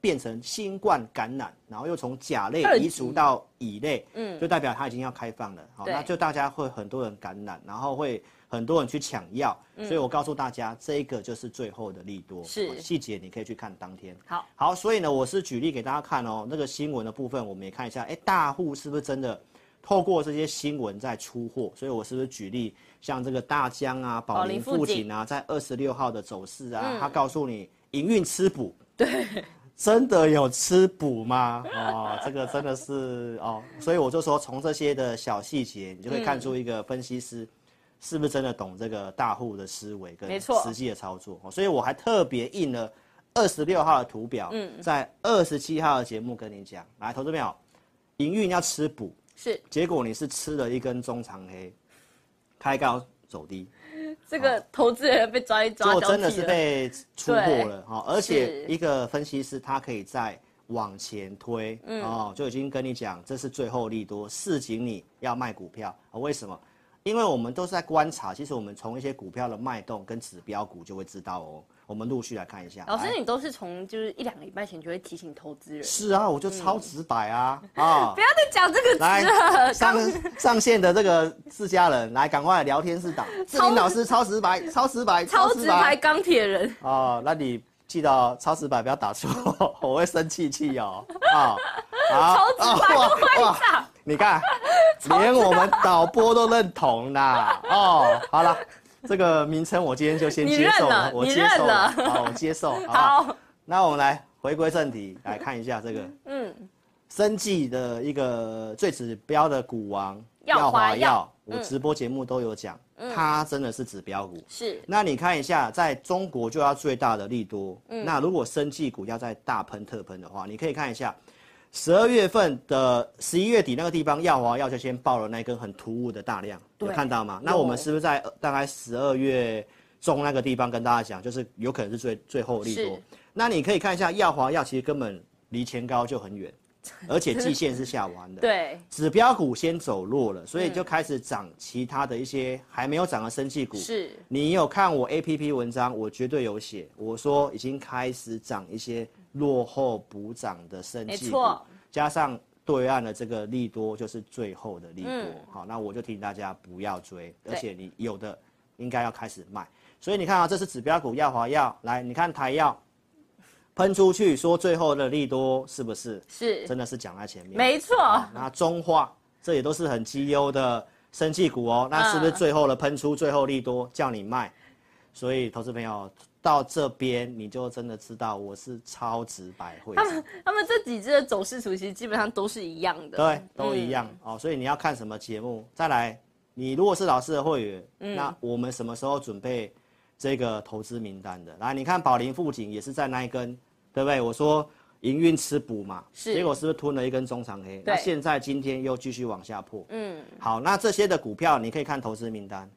[SPEAKER 2] 变成新冠感染，然后又从甲类
[SPEAKER 1] 二级
[SPEAKER 2] 移除到乙类，嗯，就代表他已经要开放了。好，
[SPEAKER 1] 对
[SPEAKER 2] 那就大家会很多人感染，然后会很多人去抢药，所以我告诉大家，这个就是最后的利多。
[SPEAKER 1] 嗯是
[SPEAKER 2] 好细节你可以去看当天。
[SPEAKER 1] 好，
[SPEAKER 2] 好，所以呢，我是举例给大家看哦，那个新闻的部分我们也看一下，哎、大户是不是真的透过这些新闻在出货？所以我是不是举例像这个大江啊、宝林
[SPEAKER 1] 宝林
[SPEAKER 2] 富
[SPEAKER 1] 富
[SPEAKER 2] 锦啊，在二十六号的走势啊，他告诉你营运吃补，对， [LAUGHS] 真的有吃补吗？哦，这个真的是哦，所以我就说从这些的小细节，你就会看出一个分析师。是不是真的懂这个大户的思维跟
[SPEAKER 1] 没错
[SPEAKER 2] 实际的操作？哦所以我还特别印了二十六号的图表，在二十七号的节目跟你讲，来，投资朋友，营运要吃补，
[SPEAKER 1] 是
[SPEAKER 2] 结果你是吃了一根中长黑，开高走低，
[SPEAKER 1] 这个投资人被抓一抓
[SPEAKER 2] 就
[SPEAKER 1] 交替
[SPEAKER 2] 真的是
[SPEAKER 1] 啊了
[SPEAKER 2] 被出货了哈、而且
[SPEAKER 1] 是
[SPEAKER 2] 一个分析师他可以再往前推，
[SPEAKER 1] 嗯
[SPEAKER 2] 哦，就已经跟你讲，这是最后利多，市井你要卖股票、哦为什么？因为我们都是在观察，其实我们从一些股票的脉动跟指标股就会知道哦。我们陆续来看一下。
[SPEAKER 1] 老师
[SPEAKER 2] 来，
[SPEAKER 1] 你都是从就是一两个礼拜前就会提醒投资人，
[SPEAKER 2] 是啊，我就
[SPEAKER 1] 嗯
[SPEAKER 2] 超直白啊啊！
[SPEAKER 1] 不要再讲这个词
[SPEAKER 2] 来
[SPEAKER 1] 了，
[SPEAKER 2] 上
[SPEAKER 1] 啊刚
[SPEAKER 2] 上线的这个自家人，来赶快来聊天室打。志
[SPEAKER 1] 超
[SPEAKER 2] 明老师超直白，超直白，
[SPEAKER 1] 超直白钢铁人。
[SPEAKER 2] 哦，那你记得哦超直白不要打错，我会生气气哦。啊、好，
[SPEAKER 1] 超直白
[SPEAKER 2] 哦
[SPEAKER 1] 不会
[SPEAKER 2] 哇哇
[SPEAKER 1] 打
[SPEAKER 2] 你看，连我们导播都认同啦。哦，好了，这个名称我今天就先
[SPEAKER 1] 你
[SPEAKER 2] 接
[SPEAKER 1] 认
[SPEAKER 2] 受
[SPEAKER 1] 了
[SPEAKER 2] 我
[SPEAKER 1] 你
[SPEAKER 2] 接受
[SPEAKER 1] 认了
[SPEAKER 2] 好，我接受。好不好，
[SPEAKER 1] 好，
[SPEAKER 2] 那我们来回归正题，来看一下这个
[SPEAKER 1] 嗯，
[SPEAKER 2] 生技的一个最指标的股王
[SPEAKER 1] 耀华药嗯
[SPEAKER 2] 我直播节目都有讲，它真的是指标股。
[SPEAKER 1] 是
[SPEAKER 2] 那你看一下，在中国就要最大的利多。
[SPEAKER 1] 嗯
[SPEAKER 2] 那如果生技股要再大喷特喷的话，你可以看一下，十二月份的十一月底那个地方，耀华药就先爆了那根很突兀的大量，有
[SPEAKER 1] 对
[SPEAKER 2] 看到吗？
[SPEAKER 1] 有
[SPEAKER 2] 那我们是不是在呃大概十二月中那个地方跟大家讲，就是有可能是最最后的利多
[SPEAKER 1] 是。
[SPEAKER 2] 那你可以看一下，耀华药其实根本离前高
[SPEAKER 1] [LAUGHS]
[SPEAKER 2] 就很远，而且季线是下弯的。
[SPEAKER 1] 对，嗯
[SPEAKER 2] 指标股先走弱了，所以就开始涨其他的一些还没有涨的生技股。
[SPEAKER 1] 是
[SPEAKER 2] 你有看我 A P P 文章，我绝对有写，我说已经开始涨一些落后补涨的生
[SPEAKER 1] 没
[SPEAKER 2] 技股
[SPEAKER 1] 错，
[SPEAKER 2] 加上对岸的这个利多就是最后的利多，
[SPEAKER 1] 嗯
[SPEAKER 2] 好，那我就提醒大家不要追，
[SPEAKER 1] 对
[SPEAKER 2] 而且你有的应该要开始卖。所以你看啊，这是指标股耀华药，来，你看台药喷出去说最后的利多是不是？
[SPEAKER 1] 是，
[SPEAKER 2] 真的是讲在前面，
[SPEAKER 1] 没错，
[SPEAKER 2] 那中化这也都是很绩优的生技股
[SPEAKER 1] 嗯
[SPEAKER 2] 哦，那是不是最后的喷出最后利多叫你卖？所以投资朋友到这边你就真的知道我是超直白
[SPEAKER 1] [LAUGHS]
[SPEAKER 2] 会长，
[SPEAKER 1] 他们这几只的走势图其实基本上都是一样的，
[SPEAKER 2] 对，都一样、
[SPEAKER 1] 嗯
[SPEAKER 2] 哦。所以你要看什么节目，再来，你如果是老师的会员，
[SPEAKER 1] 嗯
[SPEAKER 2] 那我们什么时候准备这个投资名单的？来，你看宝林富锦也是在那一根，对不对？我说营运吃补嘛，
[SPEAKER 1] 是
[SPEAKER 2] 结果是不是吞了一根中长黑？
[SPEAKER 1] 对
[SPEAKER 2] 那现在今天又继续往下破，
[SPEAKER 1] 嗯，
[SPEAKER 2] 好，那这些的股票你可以看投资名单，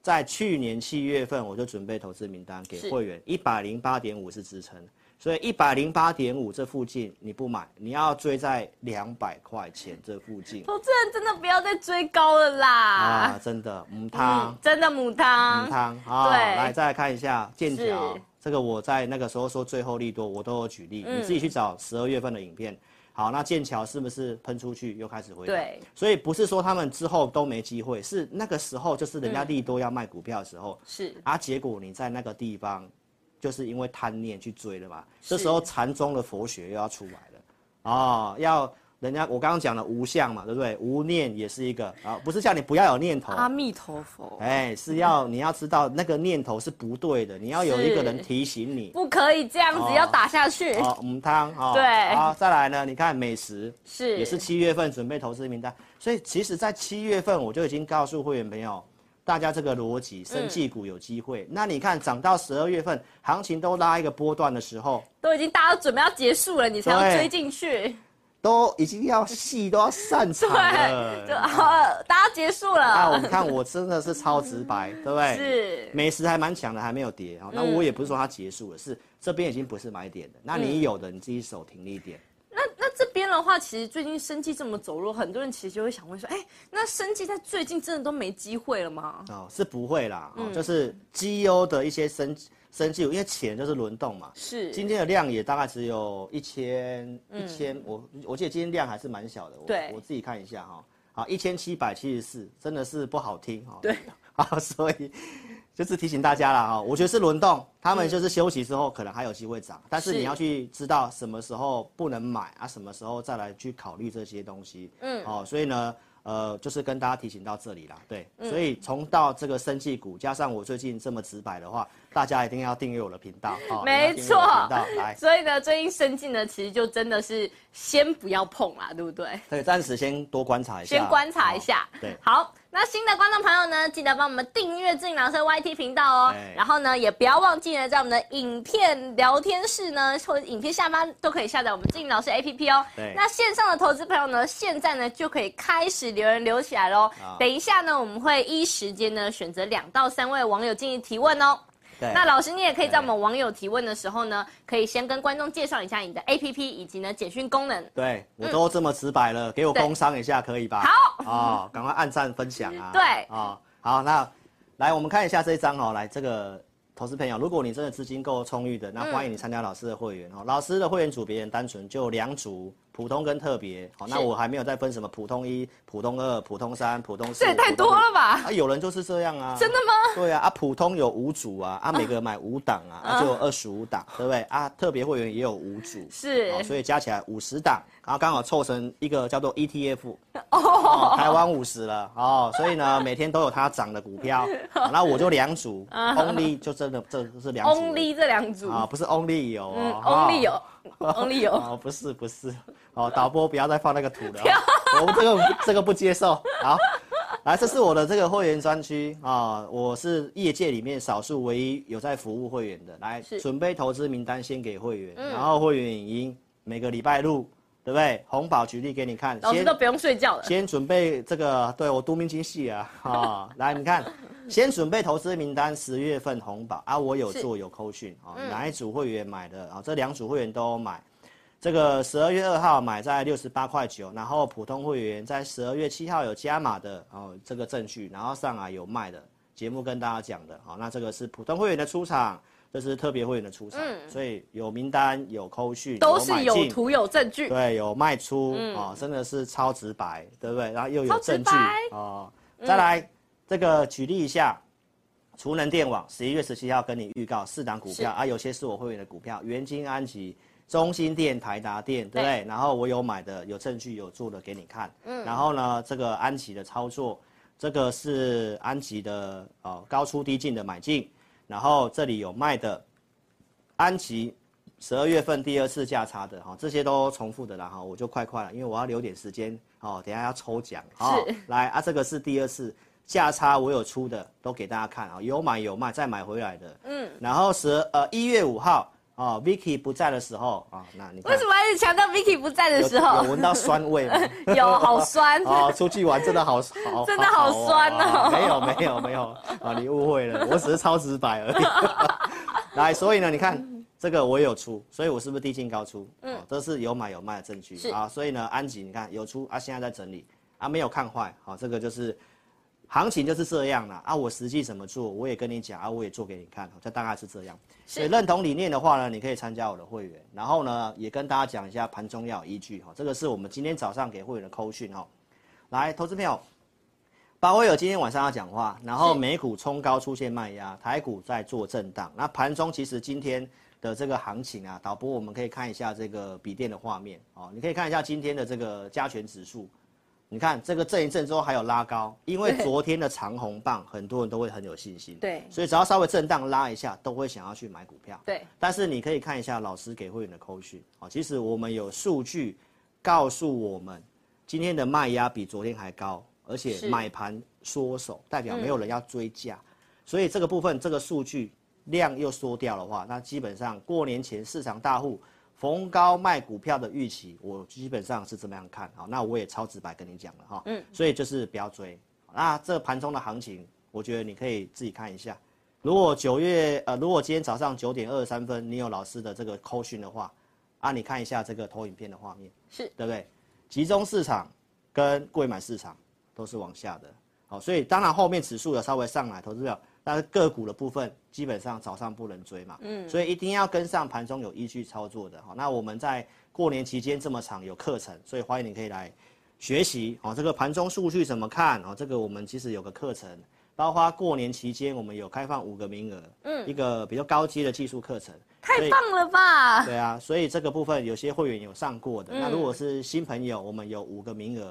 [SPEAKER 2] 在去年七月份我就准备投资名单
[SPEAKER 1] 是
[SPEAKER 2] 给会员，一百零八点五是支撑，所以一百零八点五这附近你不买，你要追在两百块钱这附近
[SPEAKER 1] 投资人真的不要再追高了啦
[SPEAKER 2] 啊，，真的，嗯汤
[SPEAKER 1] 嗯，，真的母汤
[SPEAKER 2] 嗯，汤啊，
[SPEAKER 1] 对
[SPEAKER 2] 来再来看一下剑桥
[SPEAKER 1] 是，
[SPEAKER 2] 这个我在那个时候说最后利多，我都有举例，你自
[SPEAKER 1] 嗯
[SPEAKER 2] 己去找十二月份的影片。好，那剑桥是不是喷出去又开始回档？
[SPEAKER 1] 对，
[SPEAKER 2] 所以不是说他们之后都没机会，是那个时候就是人家利多要卖股票的时候，
[SPEAKER 1] 是
[SPEAKER 2] 啊，结果你在那个地方，就是因为贪念去追了嘛。这时候禅宗的佛学又要出来了，哦，要人家我刚刚讲了无相嘛，对不对？无念也是一个啊，不是叫你不要有念头，
[SPEAKER 1] 阿弥陀佛，
[SPEAKER 2] 哎、是要你要知道那个念头是不对的，你要有一个人提醒你。
[SPEAKER 1] 不可以这样子，
[SPEAKER 2] 哦
[SPEAKER 1] 要打下去，
[SPEAKER 2] 哦，母汤哦，
[SPEAKER 1] 对
[SPEAKER 2] 好，再来呢？你看美食，
[SPEAKER 1] 是
[SPEAKER 2] 也是七月份准备投资名单，所以其实，在七月份我就已经告诉会员朋友，大家这个逻辑，
[SPEAKER 1] 嗯
[SPEAKER 2] 生技股有机会。那你看涨到十二月份，行情都拉一个波段的时候，
[SPEAKER 1] 都已经大家都准备要结束了，你才要
[SPEAKER 2] 对
[SPEAKER 1] 追进去，
[SPEAKER 2] 都已经要戏都
[SPEAKER 1] [LAUGHS]
[SPEAKER 2] 要散场
[SPEAKER 1] 对，就
[SPEAKER 2] 了。
[SPEAKER 1] 啊，大家结束
[SPEAKER 2] 嗯啊，我
[SPEAKER 1] 了，
[SPEAKER 2] 们哎看我真的是超直白，对不对？。
[SPEAKER 1] 是嗯
[SPEAKER 2] 美食还蛮强的，还没有跌啊、哦那我也不是说它结束了，是这边已经不是买点的。那
[SPEAKER 1] 嗯
[SPEAKER 2] 你有的你自己守停利点，
[SPEAKER 1] 那这边的话，其实最近生计这么走弱，很多人其实就会想问说，哎、那生计在最近真的都没机会了吗？
[SPEAKER 2] 哦，是不会啦，
[SPEAKER 1] 嗯
[SPEAKER 2] 哦，就是绩优的一些生生技股，因为钱就是轮动嘛。
[SPEAKER 1] 是，嗯
[SPEAKER 2] 今天的量也大概只有一千一千，我我记得今天量还是蛮小的，我
[SPEAKER 1] 对
[SPEAKER 2] 我自己看一下哈、好一千七百七十四，真的是不好听哈、哦。 [LAUGHS]
[SPEAKER 1] 对，
[SPEAKER 2] 啊，所以就是提醒大家啦哈、我觉得是轮动，他们就是休息之后可能还有机会涨，但是
[SPEAKER 1] 是
[SPEAKER 2] 你要去知道什么时候不能买啊，什么时候再来去考虑这些东西。嗯，哦，所以呢。呃，就是跟大家提醒到这里啦，对，
[SPEAKER 1] 嗯
[SPEAKER 2] 所以从到这个生技股，加上我最近这么直白的话，大家一定要订阅我的频道啊，哦
[SPEAKER 1] 没
[SPEAKER 2] 一定要订阅我的频道来，
[SPEAKER 1] 所以呢，最近生计呢，其实就真的是先不要碰啦，对不对？
[SPEAKER 2] 对，暂时先多观察一下，
[SPEAKER 1] 先观察一下。
[SPEAKER 2] 哦对
[SPEAKER 1] 好，那新的观众朋友呢，记得帮我们订阅正囊车 YT 频道哦
[SPEAKER 2] 哎。
[SPEAKER 1] 然后呢，也不要忘记呢，在我们的影片聊天室呢，或者影片下方都可以下载我们静老师 APP 哦
[SPEAKER 2] 对。
[SPEAKER 1] 那线上的投资朋友呢，现在呢就可以开始留言留起来喽
[SPEAKER 2] 好。
[SPEAKER 1] 等一下呢，我们会依时间呢选择两到三位网友进行提问哦。
[SPEAKER 2] 对，
[SPEAKER 1] 那老师，你也可以在我们网友提问的时候呢，可以先跟观众介绍一下你的 APP 以及呢简讯功能。
[SPEAKER 2] 对我都这么直白了，给我工商一下可以吧？哦
[SPEAKER 1] 好
[SPEAKER 2] 啊，赶快按赞分享啊！
[SPEAKER 1] 嗯对
[SPEAKER 2] 啊，好，那来我们看一下这一张哦，来这个投资朋友，如果你真的资金够充裕的，
[SPEAKER 1] 嗯
[SPEAKER 2] 那欢迎你参加老师的会员哦。老师的会员组别很单纯，就两组，普通跟特别。好，那
[SPEAKER 1] 是
[SPEAKER 2] 我还没有再分什么普通一、普通二、普通三、普通四。
[SPEAKER 1] 这也太
[SPEAKER 2] 普通
[SPEAKER 1] 多了吧
[SPEAKER 2] 啊，有人就是这样啊。
[SPEAKER 1] 真的吗？
[SPEAKER 2] 对啊，啊，普通有五组啊，啊，每个买五档啊，啊就有二十五档，对不对？啊，特别会员也有五组，
[SPEAKER 1] 是
[SPEAKER 2] 哦所以加起来五十档，然后刚好凑成一个叫做 ETF，哦，
[SPEAKER 1] [LAUGHS]
[SPEAKER 2] 台湾五十了，哦，所以呢，每天都有它涨的
[SPEAKER 1] [LAUGHS]
[SPEAKER 2] 股票，哦那我就两组，Only 就真的这是两组
[SPEAKER 1] 啊 Only 这两组，
[SPEAKER 2] 啊，不是 Only 有
[SPEAKER 1] 嗯
[SPEAKER 2] 哦
[SPEAKER 1] ，Only
[SPEAKER 2] 哦
[SPEAKER 1] 有，Only 有，
[SPEAKER 2] 哦，不是不是，哦，导播不要再放那个图了，啊我们这个这个不接受。好，来，这是我的这个会员专区啊，我是业界里面少数唯一有在服务会员的。来
[SPEAKER 1] 是，嗯
[SPEAKER 2] 准备投资名单先给会员，然后会员影音每个礼拜录，对不对？红宝举例给你看，
[SPEAKER 1] [LAUGHS] 老师都不用睡觉了，
[SPEAKER 2] 先准备这个，对我读明经
[SPEAKER 1] [LAUGHS]
[SPEAKER 2] 系啊，啊、来你看，先准备投资名单，十月份红宝啊，我有
[SPEAKER 1] 是嗯
[SPEAKER 2] 做有扣讯啊，哪一组会员买的啊、这两组会员都有买，这个十二月二号买在六十八块九，然后普通会员在十二月七号有加码的哦，这个证据，然后上来有卖的，节目跟大家讲的啊、那这个是普通会员的出场。这是特别会员的出场，所以有名单有扣讯，
[SPEAKER 1] 嗯都是
[SPEAKER 2] 买
[SPEAKER 1] 有
[SPEAKER 2] 进
[SPEAKER 1] 图有证据，嗯
[SPEAKER 2] 对，有卖出啊、哦，真的是超直白，对不对？然后又
[SPEAKER 1] 超
[SPEAKER 2] 有
[SPEAKER 1] 直
[SPEAKER 2] 证据
[SPEAKER 1] 白嗯
[SPEAKER 2] 哦。再来、这个举例一下，储能电网十一月十七号跟你预告四档股
[SPEAKER 1] 是
[SPEAKER 2] 票啊，有些是我会员的股票，元金、安吉、中心电、台达电，对不对？然后我有买的，有证据，有做的给你看。嗯。然后呢，这个安吉的操作，这个是安吉的哦高出低进的买进，然后这里有卖的，安吉十二月份第二次价差的哈，这些都重复的啦哈，我就快快了，因为我要留点时间哦，等一下要抽奖哦
[SPEAKER 1] 是。
[SPEAKER 2] 来啊，这个是第二次价差，我有出的都给大家看啊，有买有卖，再买回来的。嗯，然后十呃一月五号哦，Vicky 不在的时候啊、那你看
[SPEAKER 1] 为什么要一直强调 Vicky 不在的
[SPEAKER 2] 有
[SPEAKER 1] 时候
[SPEAKER 2] 有闻到酸
[SPEAKER 1] [LAUGHS]
[SPEAKER 2] 味吗？
[SPEAKER 1] 有好酸？
[SPEAKER 2] 啊，出去玩真的好
[SPEAKER 1] [LAUGHS]
[SPEAKER 2] 好，
[SPEAKER 1] 真的好酸哦
[SPEAKER 2] 啊没有没有没有啊，你误会了，我只是超直白而已。 [LAUGHS] 来，所以呢，你看
[SPEAKER 1] 嗯
[SPEAKER 2] 这个我有出，所以我是不是低进高出？嗯，这是有买有卖的证据
[SPEAKER 1] 是
[SPEAKER 2] 啊。所以呢，安吉你看有出啊，现在在整理啊，没有看坏，好、这个就是。行情就是这样啦，啊，我实际怎么做，我也跟你讲啊，我也做给你看，这大概是这样。所以认同理念的话呢，你可以参加我的会员，然后呢，也跟大家讲一下盘中要有依据哈、这个是我们今天早上给会员的扣讯哈、来，投资朋友，巴威尔今天晚上要讲话，然后
[SPEAKER 1] 是
[SPEAKER 2] 美股冲高出现卖压，台股在做震荡。那盘中其实今天的这个行情啊，导播我们可以看一下这个笔电的画面哦，你可以看一下今天的这个加权指数。你看这个震一震之后还有拉高，因为
[SPEAKER 1] 对
[SPEAKER 2] 昨天的长红棒，很多人都会很有信心，
[SPEAKER 1] [LAUGHS] 对
[SPEAKER 2] 所以只要稍微震荡拉一下，都会想要去买股票。
[SPEAKER 1] 对，
[SPEAKER 2] 但是你可以看一下老师给会员的扣讯啊，其实我们有数据告诉我们，今天的卖压比昨天还高，而
[SPEAKER 1] 是
[SPEAKER 2] 且买盘缩手，代表没有人要追价，所以这个部分这个数据量又缩掉的话，那基本上过年前市场大户逢高卖股票的预期，我基本上是这么样看好，那我也超直白跟你讲了哈，嗯，所以就是不要追。那这盘中的行情，我觉得你可以自己看一下。如果九月呃，如果今天早上九点二十三分你有老师的这个扣讯的话，啊，你看一下这个投影片的画面，
[SPEAKER 1] 是
[SPEAKER 2] 对不对？集中市场跟贵买市场都是往下的，好，所以当然后面指数有稍微上来，投资者，但是个股的部分基本上早上不能追嘛，嗯，所以一定要跟上盘中有依据操作的，好，那我们在过年期间这么长有课程，所以欢迎你可以来学习，好，这个盘中数据怎么看，哦，这个我们其实有个课程。包括过年期间，我们有开放五个名额，嗯，一个比较高阶的技术课程，
[SPEAKER 1] 太棒了吧？
[SPEAKER 2] 对啊，所以这个部分有些会员有上过的，那如果是新朋友，我们有五个名额。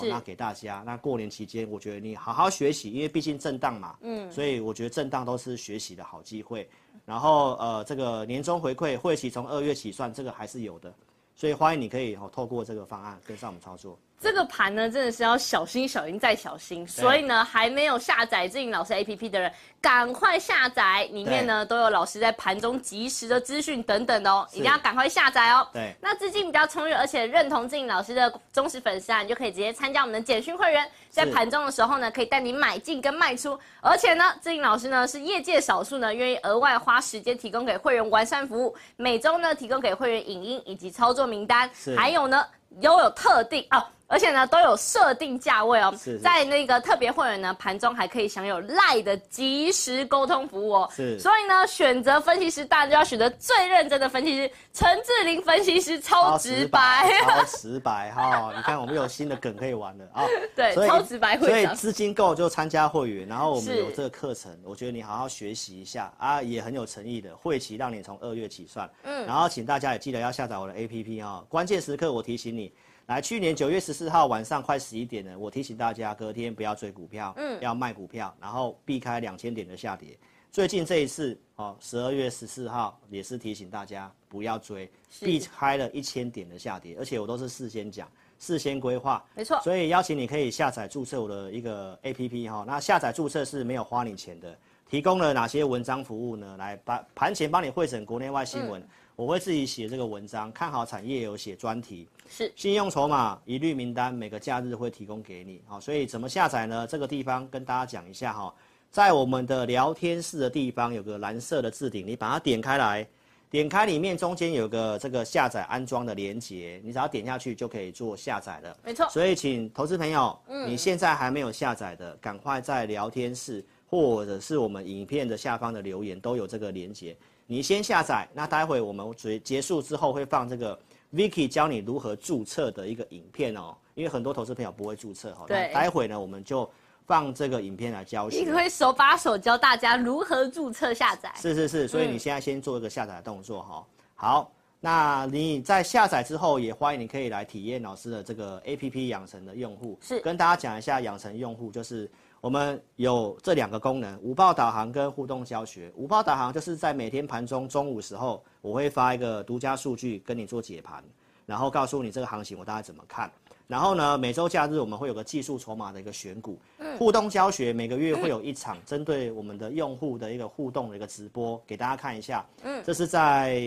[SPEAKER 1] 嗯是
[SPEAKER 2] 那给大家，那过年期间，我觉得你好好学习，因为毕竟震荡嘛，嗯，所以我觉得震荡都是学习的好机会。然后呃，这个年终回馈会期从二月起算，这个还是有的，所以欢迎你可以哦透过这个方案跟上我们操作。
[SPEAKER 1] 这个盘呢，真的是要小心、小心再小心。所以呢，还没有下载志颖老师 APP 的人，赶快下载，里面呢都有老师在盘中及时的资讯等等的哦，一定要赶快下载哦。
[SPEAKER 2] 对，
[SPEAKER 1] 那资金比较充裕，而且认同志颖老师的忠实粉丝啊，你就可以直接参加我们的简讯会员，在盘中的时候呢，可以带你买进跟卖出，而且呢，志颖老师呢是业界少数呢愿意额外花时间提供给会员完善服务，每周呢提供给会员影音以及操作名单，
[SPEAKER 2] 是
[SPEAKER 1] 还有呢。都有特定哦，而且呢都有设定价位哦。
[SPEAKER 2] 是是
[SPEAKER 1] 在那个特别会员呢，盘中还可以享有赖的即时沟通服务哦。
[SPEAKER 2] 是
[SPEAKER 1] 所以呢，选择分析师大家就要选择最认真的分析师，陈志玲分析师超直白，
[SPEAKER 2] 超直白哈！你看我们有新的梗可以玩了啊！
[SPEAKER 1] [LAUGHS] 对
[SPEAKER 2] 所以
[SPEAKER 1] 超直白会
[SPEAKER 2] 所以
[SPEAKER 1] 长
[SPEAKER 2] 资金够就参加会员，然后我们
[SPEAKER 1] 是
[SPEAKER 2] 有这个课程，我觉得你好好学习一下啊，也很有诚意的。会期让你从二月起算，嗯，然后请大家也记得要下载我的 APP 哈、哦关键时刻我提醒你。来，去年九月十四号晚上快十一点了，我提醒大家隔天不要追股票，嗯，要卖股票，然后避开两千点的下跌。最近这一次哦，十二月十四号也是提醒大家不要追，避开了一千点的下跌，而且我都是事先讲、事先规划，
[SPEAKER 1] 没错
[SPEAKER 2] 所以邀请你可以下载注册我的一个 APP 哈、那下载注册是没有花你钱的，提供了哪些文章服务呢？来把盘前帮你汇整国内外新
[SPEAKER 1] 嗯
[SPEAKER 2] 闻。我会自己写这个文章，看好产业有写专题，
[SPEAKER 1] 是
[SPEAKER 2] 信用筹码一律名单，每个假日会提供给你。好，所以怎么下载呢？这个地方跟大家讲一下哈，在我们的聊天室的地方有个蓝色的置顶，你把它点开来，点开里面中间有个这个下载安装的连接，你只要点下去就可以做下载了。
[SPEAKER 1] 没错。嗯
[SPEAKER 2] 所以，请投资朋友，你现在还没有下载的，赶快在聊天室或者是我们影片的下方的留言都有这个连接，你先下载。那待会我们结结束之后会放这个 Vicky 教你如何注册的一个影片哦，因为很多投资朋友不会注册哈。哦
[SPEAKER 1] 对
[SPEAKER 2] 那待会呢，我们就放这个影片来教学
[SPEAKER 1] 你。可以手把手教大家如何注册下载。嗯
[SPEAKER 2] 是是是，所以你现在先做一个下载的动作哈、好，那你在下载之后，也欢迎你可以来体验老师的这个 APP 养成的用户。
[SPEAKER 1] 是
[SPEAKER 2] 跟大家讲一下养成用户，就是我们有这两个功能：午报导航跟互动教学。午报导航就是在每天盘中中午时候，我会发一个独家数据跟你做解盘，然后告诉你这个行情我大概怎么看。然后呢，每周假日我们会有个技术筹码的一个选股，互动教学每个月会有一场针对我们的用户的一个互动的一个直播，给大家看一下。嗯，这是在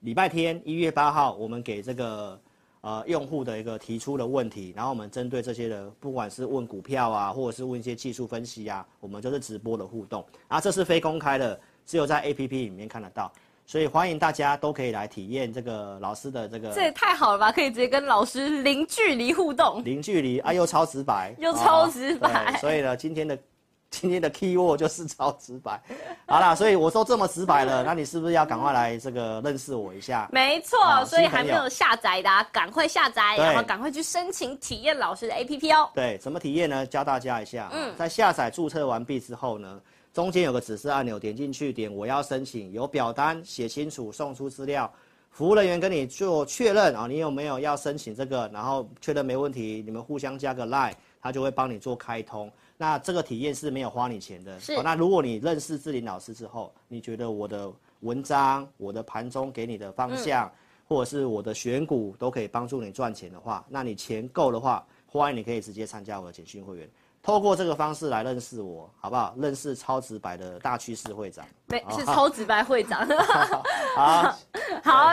[SPEAKER 2] 礼拜天一月八号，我们给这个呃用户的一个提出的问题，然后我们针对这些的，不管是问股票啊，或者是问一些技术分析啊，我们就是直播的互动。啊，这是非公开的，只有在 APP 里面看得到，所以欢迎大家都可以来体验这个老师的这个
[SPEAKER 1] 这也太好了吧！可以直接跟老师零距离互动。
[SPEAKER 2] 零
[SPEAKER 1] [LAUGHS]
[SPEAKER 2] 距离啊，又超直白，哦
[SPEAKER 1] 又超直白
[SPEAKER 2] 对所以呢，今天的 [LAUGHS] 今天的 key word 就是超直白。好啦，所以我都这么直白了，那你是不是要赶快来这个认识我一下？
[SPEAKER 1] 没错，
[SPEAKER 2] 好
[SPEAKER 1] 所以
[SPEAKER 2] 新朋
[SPEAKER 1] 还没
[SPEAKER 2] 友
[SPEAKER 1] 有下载的、啊，赶快下载，
[SPEAKER 2] 对
[SPEAKER 1] 然后赶快去申请体验老师的 APP 哦。
[SPEAKER 2] 对，怎么体验呢？教大家一下。嗯，在下载注册完毕之后呢，中间有个指示按钮，点进去点我要申请，有表单写清楚，送出资料。服务人员跟你做确认啊、你有没有要申请这个？然后确认没问题，你们互相加个 line，他就会帮你做开通。那这个体验是没有花你钱的。哦
[SPEAKER 1] 是
[SPEAKER 2] 那如果你认识志玲老师之后，你觉得我的文章、我的盘中给你的方向，或者是我的选股都可以帮助你赚钱的话，那你钱够的话，欢迎你可以直接参加我的简讯会员，透过这个方式来认识我，好不好？认识超直白的大趋势会长。
[SPEAKER 1] 没是超直白会
[SPEAKER 2] [LAUGHS]
[SPEAKER 1] 长。 [LAUGHS]
[SPEAKER 2] 好，
[SPEAKER 1] 好，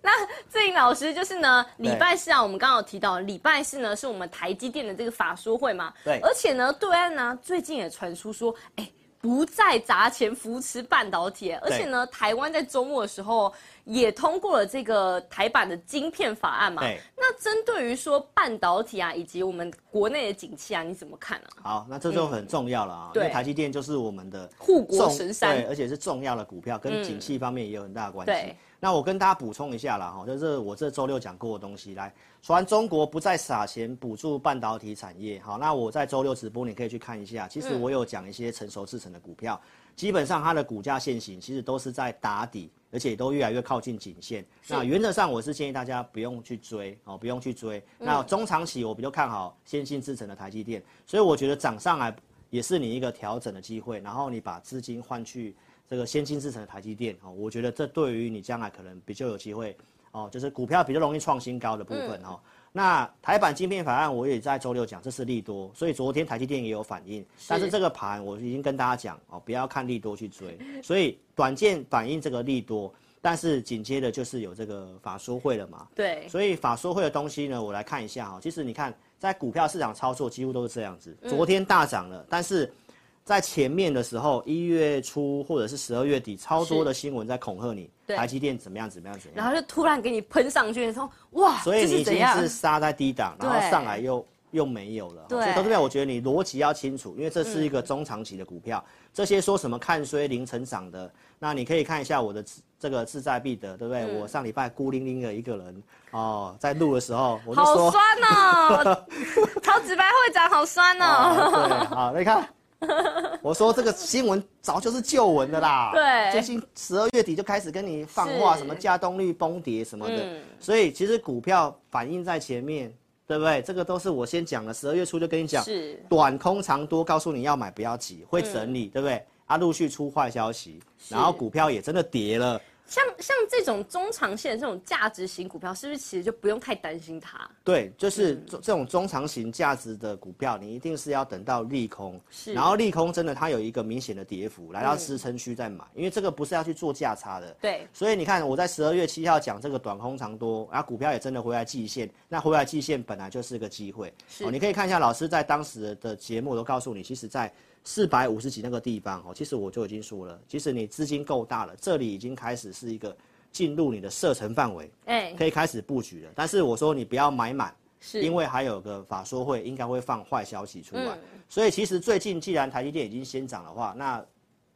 [SPEAKER 1] 那志颖老师就是呢，
[SPEAKER 2] 对
[SPEAKER 1] 礼拜四啊，我们刚刚有提到，礼拜四呢是我们台积电的这个法说会嘛。
[SPEAKER 2] 对
[SPEAKER 1] 而且呢，对岸呢最近也传出说，哎、不再砸钱扶持半导体，而且呢，台湾在周末的时候也通过了这个台版的晶片法案嘛。
[SPEAKER 2] 对
[SPEAKER 1] 那针对于说半导体啊，以及我们国内的景气啊，你怎么看啊？
[SPEAKER 2] 好，那这就很重要了啊，
[SPEAKER 1] 嗯
[SPEAKER 2] 因为
[SPEAKER 1] 对
[SPEAKER 2] 台积电就是我们的
[SPEAKER 1] 护国
[SPEAKER 2] 重
[SPEAKER 1] 神山
[SPEAKER 2] 对，而且是重要的股票，跟景气方面也有很大的关系。
[SPEAKER 1] 对
[SPEAKER 2] 那我跟大家补充一下啦，哈，就是我这周六讲过的东西，来，传中国不再撒钱补助半导体产业，好，那我在周六直播你可以去看一下，其实我有讲一些成熟制成的股票，基本上它的股价现行其实都是在打底，而且都越来越靠近颈线。那原则上我是建议大家不用去追哦，不用去追。那中长期我比较看好先进制成的台积电，所以我觉得涨上来也是你一个调整的机会，然后你把资金换去这个先进制成的台积电哦，我觉得这对于你将来可能比较有机会哦，就是股票比较容易创新高的部分哦。那台版晶片法案我也在周六讲，这是利多，所以昨天台积电也有反应，但是这个盘我已经跟大家讲哦，不要看利多去追，所以短线反映这个利多，但是紧接着就是有这个法说会了嘛，
[SPEAKER 1] 对，
[SPEAKER 2] 所以法说会的东西呢，我来看一
[SPEAKER 1] 嗯
[SPEAKER 2] 下哈、其实你看，在股票市场操作几乎都是这样子。昨天大涨了，但是在前面的时候，一月初或者是十二月底，超多的新闻在恐吓你，
[SPEAKER 1] 对
[SPEAKER 2] 台积电怎么样怎么样怎么
[SPEAKER 1] 然
[SPEAKER 2] 样，
[SPEAKER 1] 后就突然给你喷上去，说哇，
[SPEAKER 2] 所以
[SPEAKER 1] 这
[SPEAKER 2] 你
[SPEAKER 1] 是
[SPEAKER 2] 已
[SPEAKER 1] 怎
[SPEAKER 2] 经
[SPEAKER 1] 样？
[SPEAKER 2] 是杀在低档，然后
[SPEAKER 1] 对
[SPEAKER 2] 上来又又没有了。
[SPEAKER 1] 对嗯
[SPEAKER 2] 所以投资票，我觉得你逻辑要清楚，因为这是一个中长期的股票。这些说什么看衰零成长的，那你可以看一下我的自这个志在必得，对不
[SPEAKER 1] 嗯
[SPEAKER 2] 对？我上礼拜孤零零的一个人哦，在录的时候我就
[SPEAKER 1] 好，
[SPEAKER 2] 说
[SPEAKER 1] 酸
[SPEAKER 2] [LAUGHS]
[SPEAKER 1] 哦，陶子白会长好酸哦。
[SPEAKER 2] 啊
[SPEAKER 1] [LAUGHS]
[SPEAKER 2] 对，好，你看，我说这个新闻早就是旧闻的啦。
[SPEAKER 1] [LAUGHS] 对
[SPEAKER 2] 最近十二月底就开始跟你放话，
[SPEAKER 1] 是
[SPEAKER 2] 什么加动率崩跌什么的，
[SPEAKER 1] 嗯
[SPEAKER 2] 所以其实股票反应在前面，对不对？这个都是我先讲了，十二月初就跟你讲，
[SPEAKER 1] 是
[SPEAKER 2] 短空长多，告诉你要买不要急，会整
[SPEAKER 1] 嗯
[SPEAKER 2] 理，对不对？啊，陆续出坏消息，然后股票也真的跌了。
[SPEAKER 1] 像像这种中长线的这种价值型股票，是不是其实就不用太担心它？
[SPEAKER 2] 对，就是
[SPEAKER 1] 嗯
[SPEAKER 2] 这这种中长型价值的股票，你一定是要等到利空，
[SPEAKER 1] 是嗯
[SPEAKER 2] 然后利空真的它有一个明显的跌幅，来到支撑区再买，因为这个不是要去做价差的。
[SPEAKER 1] 对
[SPEAKER 2] 所以你看，我在十二月七号讲这个短空长多，然后股票也真的回来季线，那回来季线本来就是个机会。哦
[SPEAKER 1] 是
[SPEAKER 2] 你可以看一下老师在当时的节目都告诉你，其实在四百五十几那个地方哦，其实我就已经说了，其实你资金够大了，这里已经开始是一个进入你的射程范围。
[SPEAKER 1] 哎、
[SPEAKER 2] 可以开始布局了。但是我说你不要买满，
[SPEAKER 1] 是嗯
[SPEAKER 2] 因为还有个法说会应该会放坏消息出来。所以其实最近既然台积电已经先涨的话，那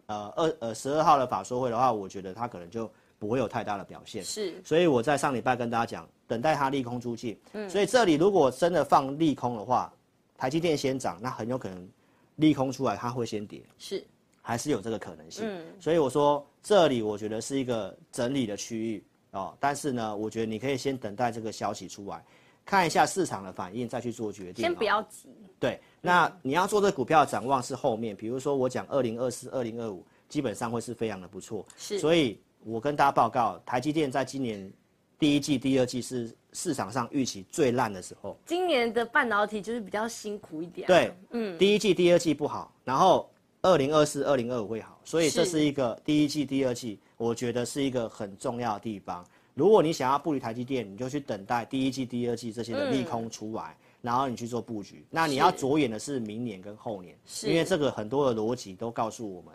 [SPEAKER 2] 呃二呃十二号的法说会的话，我觉得它可能就不会有太大的表现。
[SPEAKER 1] 是
[SPEAKER 2] 所以我在上礼拜跟大家讲，等待它利空出尽。
[SPEAKER 1] 嗯
[SPEAKER 2] 所以这里如果真的放利空的话，台积电先涨，那很有可能利空出来它会先跌。
[SPEAKER 1] 是
[SPEAKER 2] 还是有这个可能
[SPEAKER 1] 嗯
[SPEAKER 2] 性。所以我说这里我觉得是一个整理的区域哦，但是呢，我觉得你可以先等待这个消息出来，看一下市场的反应，再去做决定。
[SPEAKER 1] 先不
[SPEAKER 2] 哦
[SPEAKER 1] 要急，
[SPEAKER 2] 对，那你要做这股票的展望是后面，比如说我讲二零二四、二零二五，基本上会是非常的不错。
[SPEAKER 1] 是
[SPEAKER 2] 所以我跟大家报告，台积电在今年第一季、第二季是市场上预期最烂的时候。
[SPEAKER 1] 今年的半导体就是比较辛苦一点、
[SPEAKER 2] 对，，嗯，第一季、第二季不好，然后二零二四、二零二五会好，所以这
[SPEAKER 1] 是
[SPEAKER 2] 是一个第一季、第二季，我觉得是一个很重要的地方。如果你想要布局台积电，你就去等待第一季、第二季这些的利空出来，然后你去做布局。那你要着眼的嗯是明年跟后年，
[SPEAKER 1] 是
[SPEAKER 2] 因为这个很多的逻辑都告诉我们，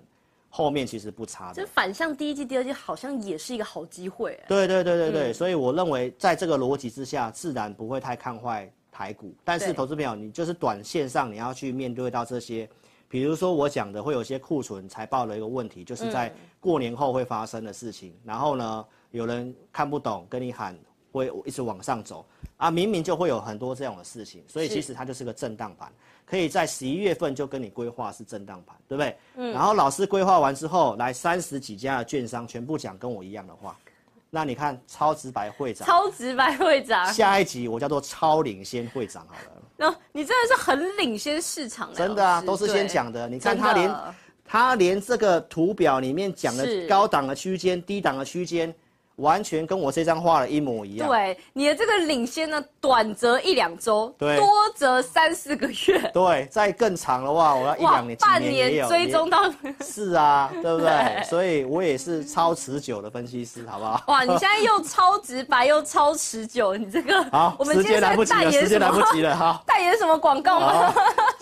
[SPEAKER 2] 后面其实不差的
[SPEAKER 1] 就。反向第一季、第二季好像也是一个好机会、哎
[SPEAKER 2] 对对对对对，所以我认为在这个逻辑之下，自然不会太看坏台股。但是
[SPEAKER 1] 对
[SPEAKER 2] 投资朋友，你就是短线上你要去面对到这些，比如说我讲的会有一些库存财报的一个问题，就是
[SPEAKER 1] 嗯
[SPEAKER 2] 在过年后会发生的事情。然后呢，有人看不懂，跟你喊会一直往上走啊，明明就会有很多这样的事情，所以
[SPEAKER 1] 是
[SPEAKER 2] 其实它就是个震荡盘。可以在十一月份就跟你规划是震荡盘，对不对？
[SPEAKER 1] 嗯
[SPEAKER 2] 然后老师规划完之后，来三十几家的券商全部讲跟我一样的话，那你看超直白会长，
[SPEAKER 1] 超直白会长，
[SPEAKER 2] 下一集我叫做超领先会长好了，
[SPEAKER 1] 然后你真的是很领先市场、哎
[SPEAKER 2] 真的啊，
[SPEAKER 1] 老师
[SPEAKER 2] 都是先
[SPEAKER 1] 对
[SPEAKER 2] 讲的。你
[SPEAKER 1] 真的
[SPEAKER 2] 看他连他连这个图表里面讲
[SPEAKER 1] 是
[SPEAKER 2] 的高档的区间、低档的区间，完全跟我这张画的一模一样。
[SPEAKER 1] 对你的这个领先呢，短则一两周，
[SPEAKER 2] 对
[SPEAKER 1] 多则三四个月，
[SPEAKER 2] 对，再更长的话，我 [LAUGHS] 要一两年、几
[SPEAKER 1] 半
[SPEAKER 2] 年也有。
[SPEAKER 1] 追踪到， [LAUGHS]
[SPEAKER 2] 是啊，对不对
[SPEAKER 1] 对？
[SPEAKER 2] 所以我也是超持久的分析师，好不好？
[SPEAKER 1] 哇！你现在又超直白又超持久，你这个
[SPEAKER 2] [LAUGHS] 好，
[SPEAKER 1] 我们
[SPEAKER 2] 时
[SPEAKER 1] 今天
[SPEAKER 2] 间来不
[SPEAKER 1] 在代
[SPEAKER 2] 及了，
[SPEAKER 1] 言
[SPEAKER 2] 时
[SPEAKER 1] 什
[SPEAKER 2] 间来不
[SPEAKER 1] 么？
[SPEAKER 2] 及了，好。
[SPEAKER 1] [LAUGHS] 代言什么广告吗？
[SPEAKER 2] 好，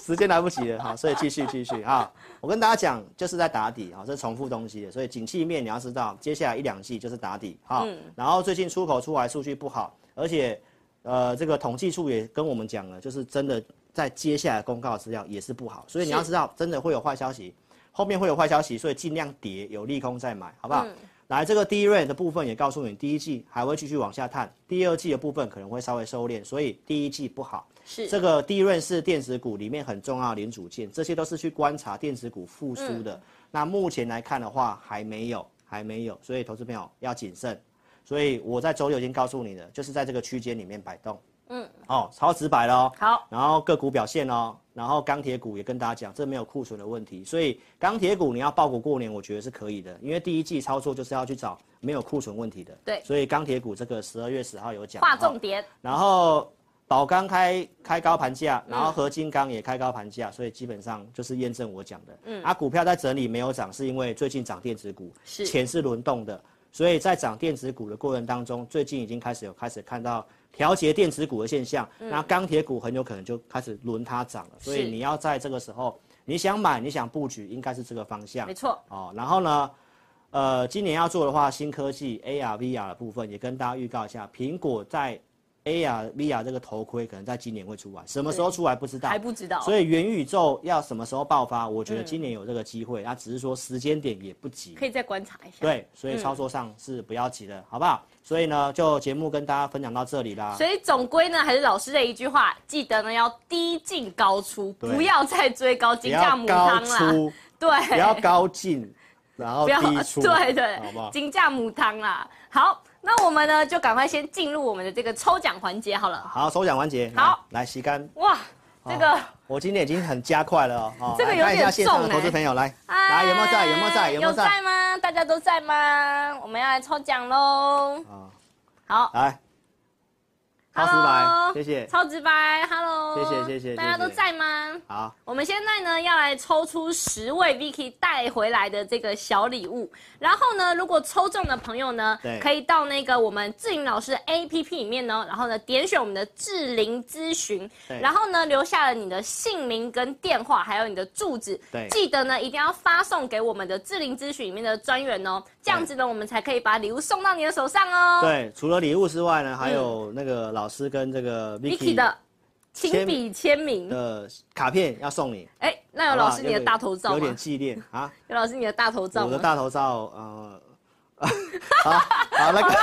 [SPEAKER 2] 时间来不及了，好，所以继续继续哈。我跟大家讲，就是在打底啊，这是重复东西的，所以景气面你要知道，接下来一两季就是打底哈。然后最近出口出来数据不好，而且呃，这个统计处也跟我们讲了，就是真的在接下来公告资料也是不好，所以你要知道，真的会有坏消息，后面会有坏消息，所以尽量跌，有利空再买，好不好？来，这个第一 r 的部分也告诉你，第一季还会继续往下探，第二季的部分可能会稍微收敛，所以第一季不好。
[SPEAKER 1] 是
[SPEAKER 2] 这个利润是电子股里面很重要的零组件，这些都是去观察电子股复苏
[SPEAKER 1] 嗯
[SPEAKER 2] 的。那目前来看的话，还没有，还没有，所以投资朋友要谨慎。所以我在周六已经告诉你了，就是在这个区间里面摆动。嗯，哦，超直白喽。
[SPEAKER 1] 好，
[SPEAKER 2] 然后个股表现哦，然后钢铁股也跟大家讲，这没有库存的问题，所以钢铁股你要爆股过年，我觉得是可以的，因为第一季操作就是要去找没有库存问题的。
[SPEAKER 1] 对
[SPEAKER 2] 所以钢铁股这个十二月十号有讲。
[SPEAKER 1] 划
[SPEAKER 2] 哦
[SPEAKER 1] 重点，
[SPEAKER 2] 然后宝钢开开高盘价，
[SPEAKER 1] 嗯
[SPEAKER 2] 然后合金钢也开高盘价，所以基本上就是验证我讲的。嗯，啊，股票在整理没有涨，是因为最近涨电子股，
[SPEAKER 1] 是
[SPEAKER 2] 钱是轮动的，所以在涨电子股的过程当中，最近已经开始有开始看到调节电子股的现象，那钢铁股很有可能就开始轮它涨了，所
[SPEAKER 1] 嗯
[SPEAKER 2] 以
[SPEAKER 1] 是
[SPEAKER 2] 你要在这个时候。你想买，你想布局，应该是这个方向
[SPEAKER 1] 没。错，
[SPEAKER 2] 哦，然后呢，呃，今年要做的话，新科技 AR、VR 的部分也跟大家预告一下，苹果在 AR、VR 这个头盔可能在今年会出来，什么时候出来不知道
[SPEAKER 1] 还。不知道，
[SPEAKER 2] 所以元宇宙要什么时候爆发？我觉得今年有这个机会，那、啊只是说时间点也不急。
[SPEAKER 1] 可以再嗯观察一下。
[SPEAKER 2] 对，所以操作上是不要急的，好不好？所以呢，就节目跟大家分享到这里啦。
[SPEAKER 1] 所以总归呢，还是老师的一句话，记得呢要低进高出，
[SPEAKER 2] 对
[SPEAKER 1] 不要再追高
[SPEAKER 2] 不
[SPEAKER 1] 金价
[SPEAKER 2] 要
[SPEAKER 1] 母
[SPEAKER 2] 高
[SPEAKER 1] 汤啦。
[SPEAKER 2] 出，
[SPEAKER 1] 对，
[SPEAKER 2] 不要高进，然
[SPEAKER 1] [LAUGHS]
[SPEAKER 2] 后
[SPEAKER 1] 不要
[SPEAKER 2] 低出，
[SPEAKER 1] 对对，
[SPEAKER 2] 好不好？
[SPEAKER 1] 金价母汤啦。好，那我们呢就赶快先进入我们的这个抽奖环节好了。
[SPEAKER 2] 好，抽奖环节，
[SPEAKER 1] 好
[SPEAKER 2] 来，来吸干。
[SPEAKER 1] 哇，这个、
[SPEAKER 2] 哦我今天已经很加快了哦哦。
[SPEAKER 1] 这个
[SPEAKER 2] 来
[SPEAKER 1] 有
[SPEAKER 2] 看一
[SPEAKER 1] 点
[SPEAKER 2] 下线上
[SPEAKER 1] 重
[SPEAKER 2] 的投资
[SPEAKER 1] 哎
[SPEAKER 2] 朋友来，
[SPEAKER 1] 哎
[SPEAKER 2] 来有没有在？有没有在？有没有在？
[SPEAKER 1] 吗？大家都在吗？我们要来抽奖喽！
[SPEAKER 2] 啊，
[SPEAKER 1] 好
[SPEAKER 2] 来，超直白，
[SPEAKER 1] ，Hello，
[SPEAKER 2] 谢谢，
[SPEAKER 1] 超直白，Hello，
[SPEAKER 2] 哎谢谢谢谢
[SPEAKER 1] 大家都
[SPEAKER 2] 谢谢
[SPEAKER 1] 在吗？
[SPEAKER 2] 好，
[SPEAKER 1] 我们现在呢要来抽出十位 Vicky 带回来的这个小礼物，然后呢，如果抽中的朋友呢
[SPEAKER 2] 对，
[SPEAKER 1] 可以到那个我们志玲老师的 APP 里面呢，然后呢点选我们的志玲咨询
[SPEAKER 2] 对，
[SPEAKER 1] 然后呢留下了你的姓名跟电话，还有你的住址
[SPEAKER 2] 对，
[SPEAKER 1] 记得呢一定要发送给我们的志玲咨询里面的专员哦，这样子呢我们才可以把礼物送到你的手上哦。
[SPEAKER 2] 对，除了礼物之外呢，还有那个老师跟这个
[SPEAKER 1] 嗯 Vicky
[SPEAKER 2] Vicky
[SPEAKER 1] 的亲
[SPEAKER 2] 签
[SPEAKER 1] 笔签名，
[SPEAKER 2] 的卡片要送你，
[SPEAKER 1] 哎，那有
[SPEAKER 2] 好不好
[SPEAKER 1] 老师你
[SPEAKER 2] 有
[SPEAKER 1] 的
[SPEAKER 2] 点
[SPEAKER 1] 大头照
[SPEAKER 2] 有点
[SPEAKER 1] 吗？
[SPEAKER 2] 纪念啊。
[SPEAKER 1] 有老师你的大头 [LAUGHS] 照
[SPEAKER 2] 我的
[SPEAKER 1] 吗？
[SPEAKER 2] 大头照，呃， [LAUGHS] 好，好，那个，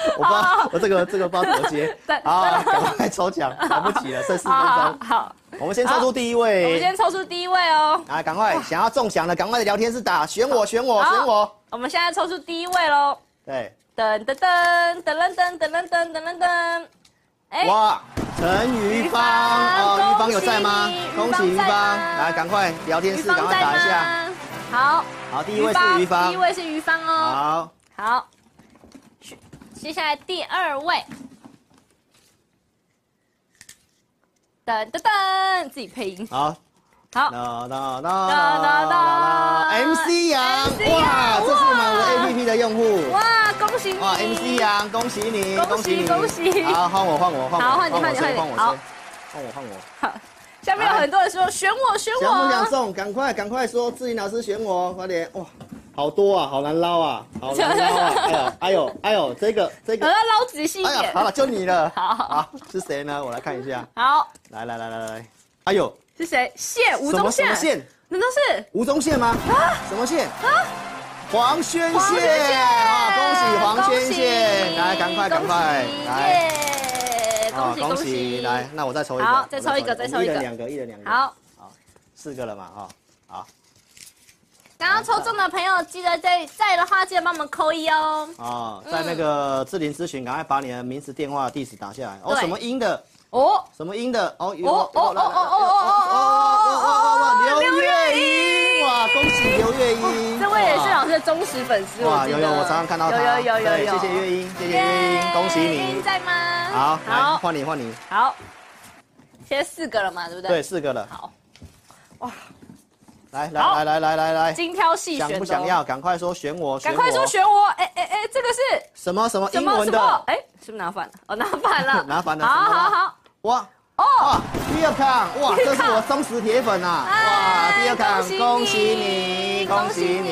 [SPEAKER 1] [LAUGHS]
[SPEAKER 2] 我不知道，我这个这个不知道怎么接
[SPEAKER 1] 对，
[SPEAKER 2] 好，赶快
[SPEAKER 1] [LAUGHS]
[SPEAKER 2] 抽奖，来不及了，剩四分
[SPEAKER 1] 啊好
[SPEAKER 2] 钟，
[SPEAKER 1] 好，
[SPEAKER 2] 我们先抽出第一
[SPEAKER 1] 我们
[SPEAKER 2] 位，
[SPEAKER 1] 先抽出第一位哦。
[SPEAKER 2] 啊，赶快，想要中奖的，赶快在聊天室打，选我，选我，
[SPEAKER 1] 好
[SPEAKER 2] 选我，
[SPEAKER 1] 我们现在抽出第一位喽！
[SPEAKER 2] 对，
[SPEAKER 1] 噔噔噔噔噔噔噔噔噔噔噔，哎
[SPEAKER 2] 哇，陈于芳，哦，于芳有在吗？
[SPEAKER 1] 恭
[SPEAKER 2] 恭
[SPEAKER 1] 喜
[SPEAKER 2] 喜
[SPEAKER 1] 于芳
[SPEAKER 2] 于
[SPEAKER 1] 在
[SPEAKER 2] 芳，
[SPEAKER 1] 吗
[SPEAKER 2] 来，赶快聊天
[SPEAKER 1] 于
[SPEAKER 2] 室，
[SPEAKER 1] 芳
[SPEAKER 2] 赶快
[SPEAKER 1] 在
[SPEAKER 2] 打一下，
[SPEAKER 1] 吗？好，
[SPEAKER 2] 好，第一位是于
[SPEAKER 1] 第一
[SPEAKER 2] 芳，
[SPEAKER 1] 位是于芳哦。
[SPEAKER 2] 好，
[SPEAKER 1] 好，是接下来第二位，噔噔噔，自己配音。
[SPEAKER 2] 好。
[SPEAKER 1] 好，
[SPEAKER 2] 啦啦啦
[SPEAKER 1] 哒哒哒
[SPEAKER 2] 啦啦！MC 杨
[SPEAKER 1] MC，
[SPEAKER 2] 哇，这是我们的
[SPEAKER 1] 哇
[SPEAKER 2] APP 的用户。
[SPEAKER 1] 哇，恭喜你！
[SPEAKER 2] 哇，MC 啊杨，恭喜你，
[SPEAKER 1] 恭喜
[SPEAKER 2] 你
[SPEAKER 1] 恭喜
[SPEAKER 2] 好，换我，换我，换我，
[SPEAKER 1] 好换你
[SPEAKER 2] 我
[SPEAKER 1] 换你
[SPEAKER 2] 吹
[SPEAKER 1] 换你
[SPEAKER 2] 换我吹，
[SPEAKER 1] 好
[SPEAKER 2] 换我，换我。
[SPEAKER 1] 好，下面有很多人说选我，选
[SPEAKER 2] 想不想
[SPEAKER 1] 我。
[SPEAKER 2] 中？赶快，赶快说，志玲老师选我，快点！哇，好多啊，好难捞啊，好难捞啊！
[SPEAKER 1] [LAUGHS]
[SPEAKER 2] 哎呦，哎呦，哎呦，这个，这
[SPEAKER 1] 我
[SPEAKER 2] 个
[SPEAKER 1] 要，呃捞仔细一
[SPEAKER 2] 哎呀，
[SPEAKER 1] 点。
[SPEAKER 2] 好了，就你了。啊
[SPEAKER 1] 好
[SPEAKER 2] 是谁呢？我来看一下，
[SPEAKER 1] 好，
[SPEAKER 2] 来来来来来，哎呦，
[SPEAKER 1] 是谁？谢吴
[SPEAKER 2] 什
[SPEAKER 1] 宗
[SPEAKER 2] 么什
[SPEAKER 1] 宪
[SPEAKER 2] 么，线？
[SPEAKER 1] 难道是？
[SPEAKER 2] 吴宗宪吗？什么宪？黄轩
[SPEAKER 1] 黄轩
[SPEAKER 2] 宪
[SPEAKER 1] 宪
[SPEAKER 2] 啊！恭喜黄轩
[SPEAKER 1] 恭
[SPEAKER 2] 宪，
[SPEAKER 1] 喜
[SPEAKER 2] 来，赶快，赶快，来，
[SPEAKER 1] 耶！恭
[SPEAKER 2] 啊
[SPEAKER 1] 喜恭喜！
[SPEAKER 2] 来，，那我再抽一个，
[SPEAKER 1] 好再抽一个
[SPEAKER 2] 我
[SPEAKER 1] 再抽一个
[SPEAKER 2] 我们人两个，一人两个，，
[SPEAKER 1] 好，
[SPEAKER 2] 四个了嘛，哈，好，
[SPEAKER 1] 刚刚抽中的朋友记得在在的话，记得帮我们扣一哦。
[SPEAKER 2] 哦，在那个志玲咨询，赶快把你的名字、电话、地址打下来。哦，
[SPEAKER 1] 嗯对
[SPEAKER 2] 什么音的，
[SPEAKER 1] 哦，
[SPEAKER 2] 什么音的，哦，有
[SPEAKER 1] 哦哦哦哦哦哦哦哦哦哦
[SPEAKER 2] 刘
[SPEAKER 1] 刘
[SPEAKER 2] 月
[SPEAKER 1] 月哦
[SPEAKER 2] 英，哇，恭喜刘月英，
[SPEAKER 1] 这位也是
[SPEAKER 2] 哇
[SPEAKER 1] 老师的忠实粉丝，我
[SPEAKER 2] 哇，
[SPEAKER 1] 记
[SPEAKER 2] 有
[SPEAKER 1] 得
[SPEAKER 2] 有，我常常看到他，
[SPEAKER 1] 有有有有
[SPEAKER 2] 对
[SPEAKER 1] 有，
[SPEAKER 2] 谢谢月英，谢谢
[SPEAKER 1] 耶
[SPEAKER 2] 月英，恭喜
[SPEAKER 1] 月英
[SPEAKER 2] 你。
[SPEAKER 1] 在吗？
[SPEAKER 2] 好，来
[SPEAKER 1] 好，
[SPEAKER 2] 换你换你，
[SPEAKER 1] 好，现在四个了嘛，对不对？
[SPEAKER 2] 对，，四个了，
[SPEAKER 1] 好，
[SPEAKER 2] 来
[SPEAKER 1] 好
[SPEAKER 2] 来来来来来来，
[SPEAKER 1] 精挑细选
[SPEAKER 2] 想
[SPEAKER 1] 的哦，
[SPEAKER 2] 不想要？赶快说选我，
[SPEAKER 1] 赶快说
[SPEAKER 2] 我
[SPEAKER 1] 选我！哎哎哎，这个是
[SPEAKER 2] 什么什么
[SPEAKER 1] 什
[SPEAKER 2] 英
[SPEAKER 1] 么
[SPEAKER 2] 文
[SPEAKER 1] 什么
[SPEAKER 2] 的？，
[SPEAKER 1] 哎，是不是拿反了？哦，拿反了，
[SPEAKER 2] [LAUGHS] 拿反了
[SPEAKER 1] 好
[SPEAKER 2] 什么
[SPEAKER 1] 好
[SPEAKER 2] 啦
[SPEAKER 1] 好，
[SPEAKER 2] 哇
[SPEAKER 1] 哦，
[SPEAKER 2] 哇，第二康哇，
[SPEAKER 1] 第
[SPEAKER 2] 这
[SPEAKER 1] 二
[SPEAKER 2] 是
[SPEAKER 1] 康
[SPEAKER 2] 我忠实铁粉啊！哇，
[SPEAKER 1] 哎
[SPEAKER 2] 第二康，
[SPEAKER 1] 恭喜
[SPEAKER 2] 恭喜
[SPEAKER 1] 你
[SPEAKER 2] 你，恭喜
[SPEAKER 1] 恭喜
[SPEAKER 2] 你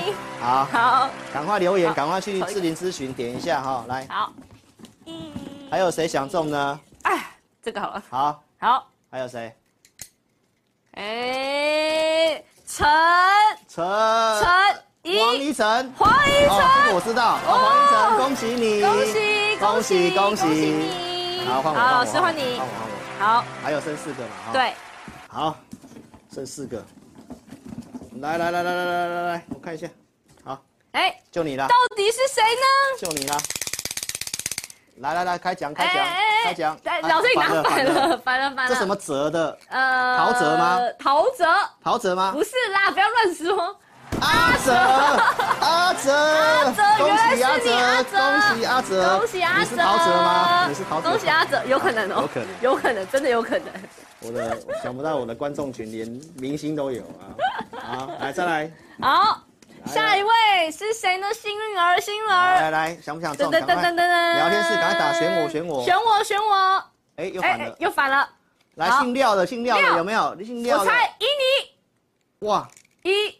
[SPEAKER 1] 你！
[SPEAKER 2] 好，
[SPEAKER 1] 好
[SPEAKER 2] 赶快留言，
[SPEAKER 1] 好
[SPEAKER 2] 赶快去
[SPEAKER 1] 抽一个
[SPEAKER 2] 智林咨询点一下哈，来，
[SPEAKER 1] 好，
[SPEAKER 2] 还有谁想中呢？
[SPEAKER 1] 哎，这个好了，
[SPEAKER 2] 好，
[SPEAKER 1] 好，
[SPEAKER 2] 还有谁？
[SPEAKER 1] 哎，陈
[SPEAKER 2] 陈
[SPEAKER 1] 陈
[SPEAKER 2] 王
[SPEAKER 1] 怡
[SPEAKER 2] 一晨，
[SPEAKER 1] 黄怡
[SPEAKER 2] 哦，这个
[SPEAKER 1] 晨，
[SPEAKER 2] 我知道，哦，
[SPEAKER 1] 哦
[SPEAKER 2] 黄一晨，恭喜你，
[SPEAKER 1] 恭喜
[SPEAKER 2] 恭喜
[SPEAKER 1] 恭
[SPEAKER 2] 恭
[SPEAKER 1] 喜
[SPEAKER 2] 喜！
[SPEAKER 1] 你！
[SPEAKER 2] 好，换我，
[SPEAKER 1] 好，老
[SPEAKER 2] 我
[SPEAKER 1] 师换你
[SPEAKER 2] 换我，，换我，
[SPEAKER 1] 好，
[SPEAKER 2] 还有剩四个嘛？哈，
[SPEAKER 1] 对，
[SPEAKER 2] 好，剩四个，来来来来来来来来，我看一下，好，
[SPEAKER 1] 哎，
[SPEAKER 2] 就你了
[SPEAKER 1] 到，底是谁呢？
[SPEAKER 2] 就你了，来来来，开奖开奖开奖，
[SPEAKER 1] 哎
[SPEAKER 2] 哎
[SPEAKER 1] 老师你拿反，
[SPEAKER 2] 反
[SPEAKER 1] 了，反了，反了，
[SPEAKER 2] 这什？么折的？
[SPEAKER 1] 呃，
[SPEAKER 2] 陶喆吗？
[SPEAKER 1] 陶喆
[SPEAKER 2] 陶喆吗
[SPEAKER 1] 不？是啦，不要乱说。
[SPEAKER 2] 阿哲，阿哲，
[SPEAKER 1] 哲
[SPEAKER 2] 恭喜
[SPEAKER 1] 原来
[SPEAKER 2] 阿
[SPEAKER 1] 是你阿
[SPEAKER 2] 哲，
[SPEAKER 1] 哲
[SPEAKER 2] 恭喜阿哲，
[SPEAKER 1] 恭喜阿哲！
[SPEAKER 2] 呃你是陶喆吗？你是陶喆吗，
[SPEAKER 1] 恭喜阿哲，有可能哦，
[SPEAKER 2] 有可能
[SPEAKER 1] 有可能，真的有可能。
[SPEAKER 2] 我的我想不到我的观众群连明星都有
[SPEAKER 1] [LAUGHS]
[SPEAKER 2] 啊！好，来再来，
[SPEAKER 1] 好，
[SPEAKER 2] 来
[SPEAKER 1] 下一位是谁呢？幸运儿，幸运儿，
[SPEAKER 2] 来来，想不想
[SPEAKER 1] 噔
[SPEAKER 2] 中？
[SPEAKER 1] 噔噔
[SPEAKER 2] 赶
[SPEAKER 1] 噔
[SPEAKER 2] 快
[SPEAKER 1] 噔噔，
[SPEAKER 2] 聊天室赶快打选我选我
[SPEAKER 1] 选我，选我，
[SPEAKER 2] 哎，又
[SPEAKER 1] 哎
[SPEAKER 2] 反
[SPEAKER 1] 哎
[SPEAKER 2] 了，
[SPEAKER 1] 又反了，
[SPEAKER 2] 来
[SPEAKER 1] 好
[SPEAKER 2] 姓廖的，姓廖
[SPEAKER 1] 廖
[SPEAKER 2] 的有没有？你姓廖
[SPEAKER 1] 我
[SPEAKER 2] 的，
[SPEAKER 1] 猜以
[SPEAKER 2] 哇
[SPEAKER 1] 你一，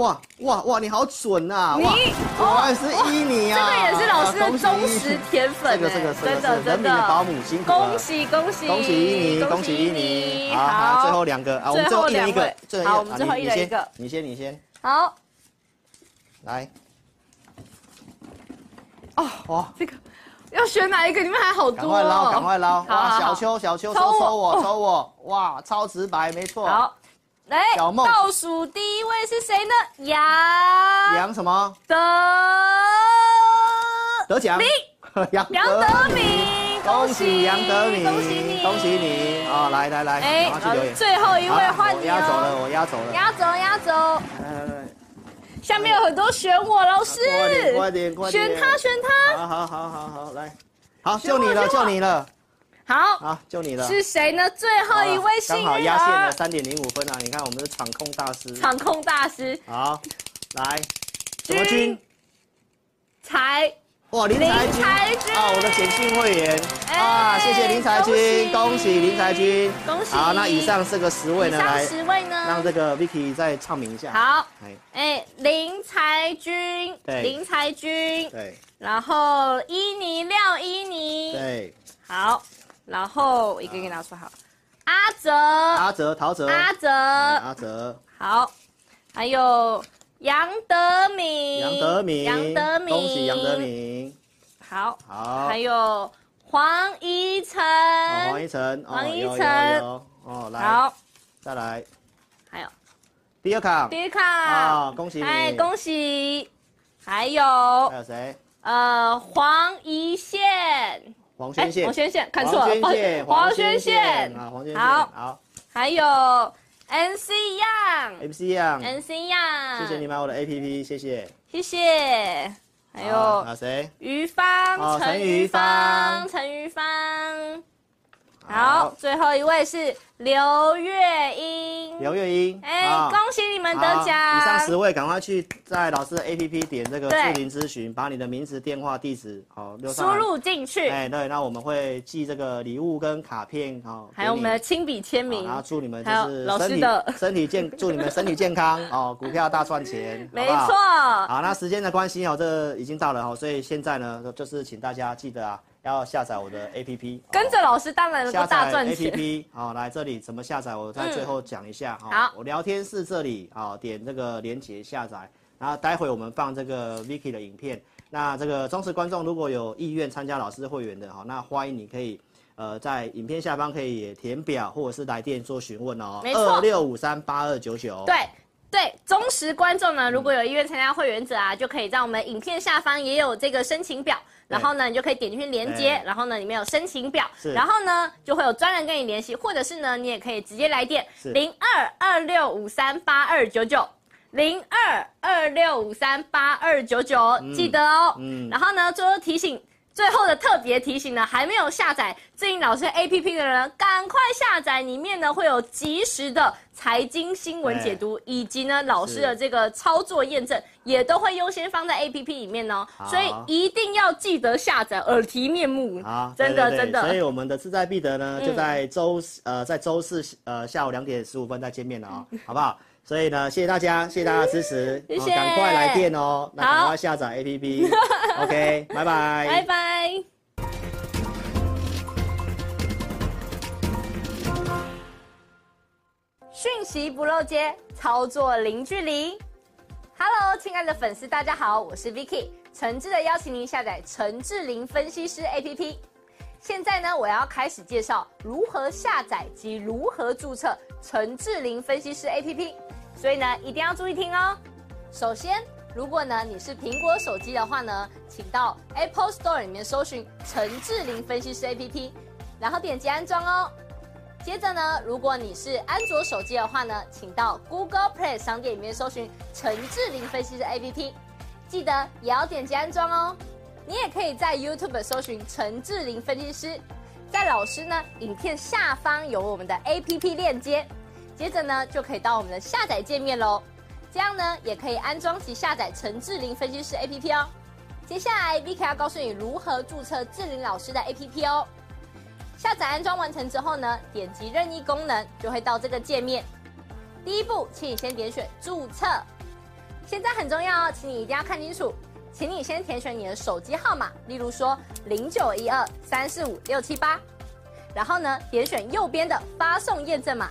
[SPEAKER 2] 哇哇哇，你好准呐！
[SPEAKER 1] 你
[SPEAKER 2] 哇，
[SPEAKER 1] 哦
[SPEAKER 2] 果然是依你
[SPEAKER 1] 这
[SPEAKER 2] 啊！
[SPEAKER 1] 个也是老师
[SPEAKER 2] 啊
[SPEAKER 1] 的忠实。铁粉
[SPEAKER 2] 这个这个
[SPEAKER 1] 哎
[SPEAKER 2] 这个
[SPEAKER 1] 真的
[SPEAKER 2] 是人
[SPEAKER 1] 真
[SPEAKER 2] 民的保
[SPEAKER 1] 的，
[SPEAKER 2] 姆辛苦了
[SPEAKER 1] 恭喜恭喜
[SPEAKER 2] 恭喜依你，恭喜依
[SPEAKER 1] 依
[SPEAKER 2] 你！
[SPEAKER 1] 妮
[SPEAKER 2] 好，好，最后
[SPEAKER 1] 好
[SPEAKER 2] 两个啊，我们
[SPEAKER 1] 最
[SPEAKER 2] 最
[SPEAKER 1] 后
[SPEAKER 2] 后一人一
[SPEAKER 1] 两位
[SPEAKER 2] 个，最
[SPEAKER 1] 好
[SPEAKER 2] 后
[SPEAKER 1] 我们
[SPEAKER 2] 一人
[SPEAKER 1] 最后一人一个
[SPEAKER 2] 你先，你先，你先
[SPEAKER 1] 好
[SPEAKER 2] 来。
[SPEAKER 1] 哦，
[SPEAKER 2] 哇，
[SPEAKER 1] 这个要选哪一个？你们还好多哦，
[SPEAKER 2] 赶快捞，赶快捞！
[SPEAKER 1] 好好
[SPEAKER 2] 哇，
[SPEAKER 1] 好
[SPEAKER 2] 小邱，小邱，
[SPEAKER 1] 抽
[SPEAKER 2] 抽
[SPEAKER 1] 我
[SPEAKER 2] 抽
[SPEAKER 1] 哦
[SPEAKER 2] 我，抽我！哇，超直白，没错。，
[SPEAKER 1] 好，来，
[SPEAKER 2] 小梦
[SPEAKER 1] 倒数第一位是谁呢？杨
[SPEAKER 2] 杨什么？
[SPEAKER 1] 德
[SPEAKER 2] 得奖
[SPEAKER 1] 明。
[SPEAKER 2] [LAUGHS] 杨
[SPEAKER 1] 杨德明，
[SPEAKER 2] 恭喜杨德明，
[SPEAKER 1] 恭喜你，
[SPEAKER 2] 恭喜你！啊、来来来，
[SPEAKER 1] 哎，
[SPEAKER 2] 赶快去留言。
[SPEAKER 1] 最后一
[SPEAKER 2] 好
[SPEAKER 1] 位
[SPEAKER 2] 啦
[SPEAKER 1] 换
[SPEAKER 2] 我
[SPEAKER 1] 你
[SPEAKER 2] 压走了，
[SPEAKER 1] 哦，
[SPEAKER 2] 我压走了。
[SPEAKER 1] 压轴压轴，
[SPEAKER 2] 来来来
[SPEAKER 1] 下面有很多选我老师
[SPEAKER 2] 快点，快点，快点！
[SPEAKER 1] 选他选他，
[SPEAKER 2] 好好好好好，来，好，
[SPEAKER 1] 选我
[SPEAKER 2] 就你了，
[SPEAKER 1] 选我
[SPEAKER 2] 就你了，
[SPEAKER 1] 好
[SPEAKER 2] 好，就你了。
[SPEAKER 1] 是谁呢？最后一位幸
[SPEAKER 2] 刚好
[SPEAKER 1] 运
[SPEAKER 2] 压线了
[SPEAKER 1] 儿，
[SPEAKER 2] 三点零五分啊！你看我们的场控大师。
[SPEAKER 1] 场控大师
[SPEAKER 2] 好，来，什么君？
[SPEAKER 1] 才
[SPEAKER 2] 哇，林
[SPEAKER 1] 林
[SPEAKER 2] 才君
[SPEAKER 1] 才君
[SPEAKER 2] 啊，我的简讯会员
[SPEAKER 1] 哎
[SPEAKER 2] 啊，谢谢林才君，
[SPEAKER 1] 恭喜
[SPEAKER 2] 恭喜林才君，
[SPEAKER 1] 恭喜
[SPEAKER 2] 好，那以上这个十位
[SPEAKER 1] 以
[SPEAKER 2] 呢，
[SPEAKER 1] 上
[SPEAKER 2] 来
[SPEAKER 1] 十位
[SPEAKER 2] 让这
[SPEAKER 1] 呢？
[SPEAKER 2] 个 Vicky 再唱名一下。
[SPEAKER 1] 好，
[SPEAKER 2] 哎，
[SPEAKER 1] 哎，林才君，
[SPEAKER 2] 对
[SPEAKER 1] 林才君，
[SPEAKER 2] 对
[SPEAKER 1] 然后伊尼廖伊尼，
[SPEAKER 2] 对，
[SPEAKER 1] 好，然后一个一个拿出好，阿泽，
[SPEAKER 2] 阿哲、陶哲、
[SPEAKER 1] 阿
[SPEAKER 2] 嗯
[SPEAKER 1] 泽，
[SPEAKER 2] 阿哲、
[SPEAKER 1] 好，还有杨德明，
[SPEAKER 2] 杨德明、
[SPEAKER 1] 杨德明，
[SPEAKER 2] 恭喜杨德，明。
[SPEAKER 1] 好，
[SPEAKER 2] 好，
[SPEAKER 1] 还
[SPEAKER 2] 有
[SPEAKER 1] 有黄依晨，
[SPEAKER 2] 黄一晨，哦
[SPEAKER 1] 黄一
[SPEAKER 2] 有有
[SPEAKER 1] 晨
[SPEAKER 2] 有哦，来，
[SPEAKER 1] 好，
[SPEAKER 2] 再来，
[SPEAKER 1] 还有
[SPEAKER 2] 第二卡，
[SPEAKER 1] 迪卡
[SPEAKER 2] 啊，，恭喜你，
[SPEAKER 1] 哎，恭喜，还有
[SPEAKER 2] 还有谁？
[SPEAKER 1] 呃黄一宪，
[SPEAKER 2] 黄
[SPEAKER 1] 哎
[SPEAKER 2] 轩宪
[SPEAKER 1] 黄，轩宪，看错了，
[SPEAKER 2] 黄轩宪，
[SPEAKER 1] 黄轩宪，
[SPEAKER 2] 啊，黄轩宪，
[SPEAKER 1] 好。
[SPEAKER 2] 好
[SPEAKER 1] 还有 NC Young。
[SPEAKER 2] ，MC 样，
[SPEAKER 1] NC Young，
[SPEAKER 2] 谢谢你，买我的 APP，谢谢。
[SPEAKER 1] 谢谢。还
[SPEAKER 2] 啊好
[SPEAKER 1] 有
[SPEAKER 2] 还有谁？
[SPEAKER 1] 于芳，
[SPEAKER 2] 哦
[SPEAKER 1] 陈
[SPEAKER 2] 陈
[SPEAKER 1] 于
[SPEAKER 2] 于
[SPEAKER 1] 芳，
[SPEAKER 2] 芳
[SPEAKER 1] 陈于芳。
[SPEAKER 2] 啊
[SPEAKER 1] 好，，最后一位是刘月英。
[SPEAKER 2] 刘月英，
[SPEAKER 1] 哎，
[SPEAKER 2] 啊
[SPEAKER 1] 恭喜你们得
[SPEAKER 2] 好
[SPEAKER 1] 奖！
[SPEAKER 2] 以上十位，赶快去在老师的 APP 点这个
[SPEAKER 1] 对
[SPEAKER 2] 智林咨询，把你的名字、电话、地址好留上
[SPEAKER 1] 输
[SPEAKER 2] 来。
[SPEAKER 1] 入进去，
[SPEAKER 2] 哎，对，那我们会寄这个礼物跟卡片，好，
[SPEAKER 1] 还有我
[SPEAKER 2] 给
[SPEAKER 1] 们的
[SPEAKER 2] 你。
[SPEAKER 1] 亲笔签名
[SPEAKER 2] 好，然。后祝你们就
[SPEAKER 1] 还有
[SPEAKER 2] 是
[SPEAKER 1] 老师
[SPEAKER 2] 身体
[SPEAKER 1] 的
[SPEAKER 2] 身体健，祝你们身体健康哦，股票大赚钱，
[SPEAKER 1] 没
[SPEAKER 2] 好不好
[SPEAKER 1] 错，
[SPEAKER 2] 好，那时间的关系哦，这已经到了哈、哦，所以现在呢，就是请大家记得啊，要下载我的 APP，、
[SPEAKER 1] 跟着老师当然能够
[SPEAKER 2] 下
[SPEAKER 1] 大
[SPEAKER 2] 载
[SPEAKER 1] 赚钱。嗯
[SPEAKER 2] APP，好、来这里怎么下载？我在最后讲一下哈、
[SPEAKER 1] 好
[SPEAKER 2] 我聊天室这里啊、哦点这个连接下载，然后待会我们放这个 Vicky 的影片。那这个忠实观众如果有意愿参加老师会员的哈、那欢迎你可以。呃，在影片下方可以也填表或者是来电做询问哦，
[SPEAKER 1] 没错
[SPEAKER 2] 二六五三八二九九，
[SPEAKER 1] 对。对，忠实观众呢，如果有意愿参加会员者啊，就可以在我们影片下方也有这个申请表，然后呢，你就可以点进去连接，
[SPEAKER 2] 对
[SPEAKER 1] 然后呢，里面有申请表，
[SPEAKER 2] 哎是
[SPEAKER 1] 然后呢，就会有专人跟你联系，或者是呢，你也可以直接来电
[SPEAKER 2] 是
[SPEAKER 1] 零二二六五三八二九九零二二六五三八二九九，记得哦。
[SPEAKER 2] 嗯
[SPEAKER 1] 然后呢，最后提醒。最后的特别提醒呢，还没有下载志颖老师 A P P 的人，赶快下载，里面呢会有及时的财经新闻解读，以及呢老师的这个操作验证，也都会优先放在 A P P 里面哦。
[SPEAKER 2] 好
[SPEAKER 1] 所以一定要记得下载，耳提面目
[SPEAKER 2] 好，，
[SPEAKER 1] 真的
[SPEAKER 2] 对对对
[SPEAKER 1] 真
[SPEAKER 2] 所以
[SPEAKER 1] 的。
[SPEAKER 2] 我们的志在必得呢，
[SPEAKER 1] 嗯
[SPEAKER 2] 就在周四呃在周四呃下午两点十五分再见面了
[SPEAKER 1] [LAUGHS]
[SPEAKER 2] 哦，好不好？所以呢，谢谢大家，谢谢大家的支持，
[SPEAKER 1] 谢
[SPEAKER 2] 哦
[SPEAKER 1] 谢
[SPEAKER 2] 赶快来电哦，那
[SPEAKER 1] 好
[SPEAKER 2] 赶快下载 APP，OK，、OK，拜
[SPEAKER 1] [LAUGHS]
[SPEAKER 2] 拜，
[SPEAKER 1] 拜拜。讯息不漏接，操作零距离。Hello，亲爱的粉丝，大家好，我是 Vicky，诚挚的邀请您下载陈志玲分析师 APP。现在呢，我要开始介绍如何下载及如何注册陈志玲分析师 APP，所以呢，一定要注意听哦。首先，如果呢你是苹果手机的话呢，请到 Apple Store 里面搜寻陈志玲分析师 APP，然后点击安装哦。接着呢，如果你是安卓手机的话呢，请到 Google Play 商店里面搜寻陈志玲分析师 APP，记得也要点击安装哦。你也可以在 YouTube 搜寻陈志玲分析师，在老师呢影片下方有我们的 APP 链接，接着呢就可以到我们的下载界面喽。这样呢也可以安装及下载陈志玲分析师 APP 哦。接下来 Vicky 要告诉你如何注册志玲老师的 APP 哦。下载安装完成之后呢，点击任意功能就会到这个界面。第一步，请你先点选注册。现在很重要哦，请你一定要看清楚，请你先填选你的手机号码，例如说零九一二三四五六七八，然后呢点选右边的发送验证码。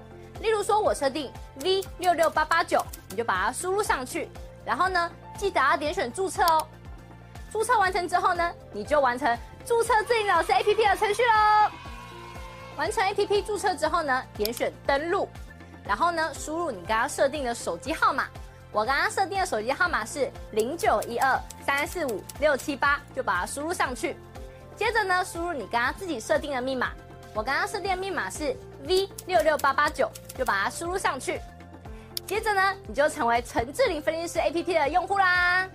[SPEAKER 1] 例如说我设定 V 六六八八九，你就把它输入上去。然后呢，记得要点选注册哦。注册完成之后呢，你就完成注册自己老师 APP 的程序喽。完成 APP 注册之后呢，点选登录，然后呢，输入你刚刚设定的手机号码。我刚刚设定的手机号码是零九一二三四五六七八，就把它输入上去。接着呢，输入你刚刚自己设定的密码。我刚刚设定的密码是 V 六六八八九，就把它输入上去。接着呢，你就成为陈志玲分析师 APP 的用户啦。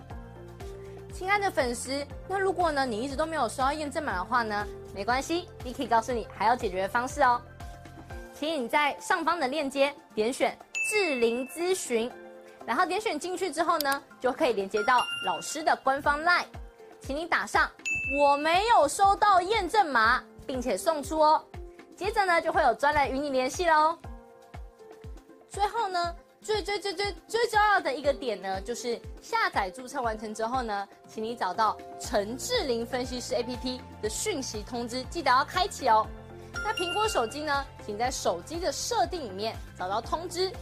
[SPEAKER 1] 亲爱的粉丝，那如果呢你一直都没有收到验证码的话呢，没关系，Vicky 告诉你还有解决的方式哦。请你在上方的链接点选智灵咨询，然后点选进去之后呢，就可以连接到老师的官方 LINE，请你打上我没有收到验证码，并且送出哦。接着呢，就会有专人与你联系喽。最后呢，最最最最最重要的一个点呢，就是下载注册完成之后呢，请你找到陈志玲分析师 APP 的讯息通知，记得要开启哦。那苹果手机呢，请在手机的设定里面找到通知，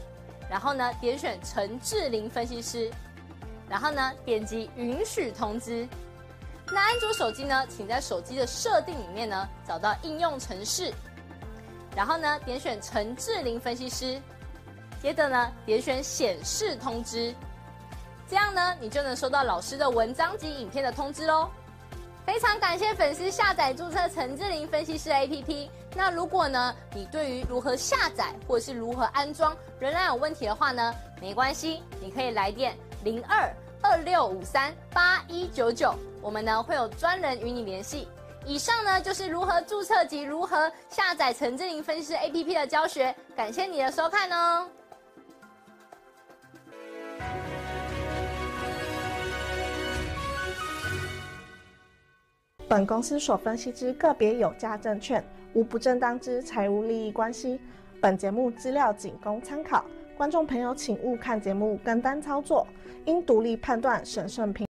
[SPEAKER 1] 然后呢点选陈志玲分析师，然后呢点击允许通知。那安卓手机呢，请在手机的设定里面呢找到应用程式，然后呢点选陈志玲分析师。接着呢，点选显示通知，这样呢，你就能收到老师的文章及影片的通知喽。非常感谢粉丝下载注册陈志玲分析师 APP。那如果呢，你对于如何下载或是如何安装仍然有问题的话呢，没关系，你可以来电零二二六五三八一九九，我们呢会有专人与你联系。以上呢就是如何注册及如何下载陈志玲分析师 APP 的教学，感谢你的收看哦。
[SPEAKER 3] 本公司所分析之个别有价证券，无不正当之财务利益关系。本节目资料仅供参考，观众朋友请勿看节目跟单操作，应独立判断、审慎评。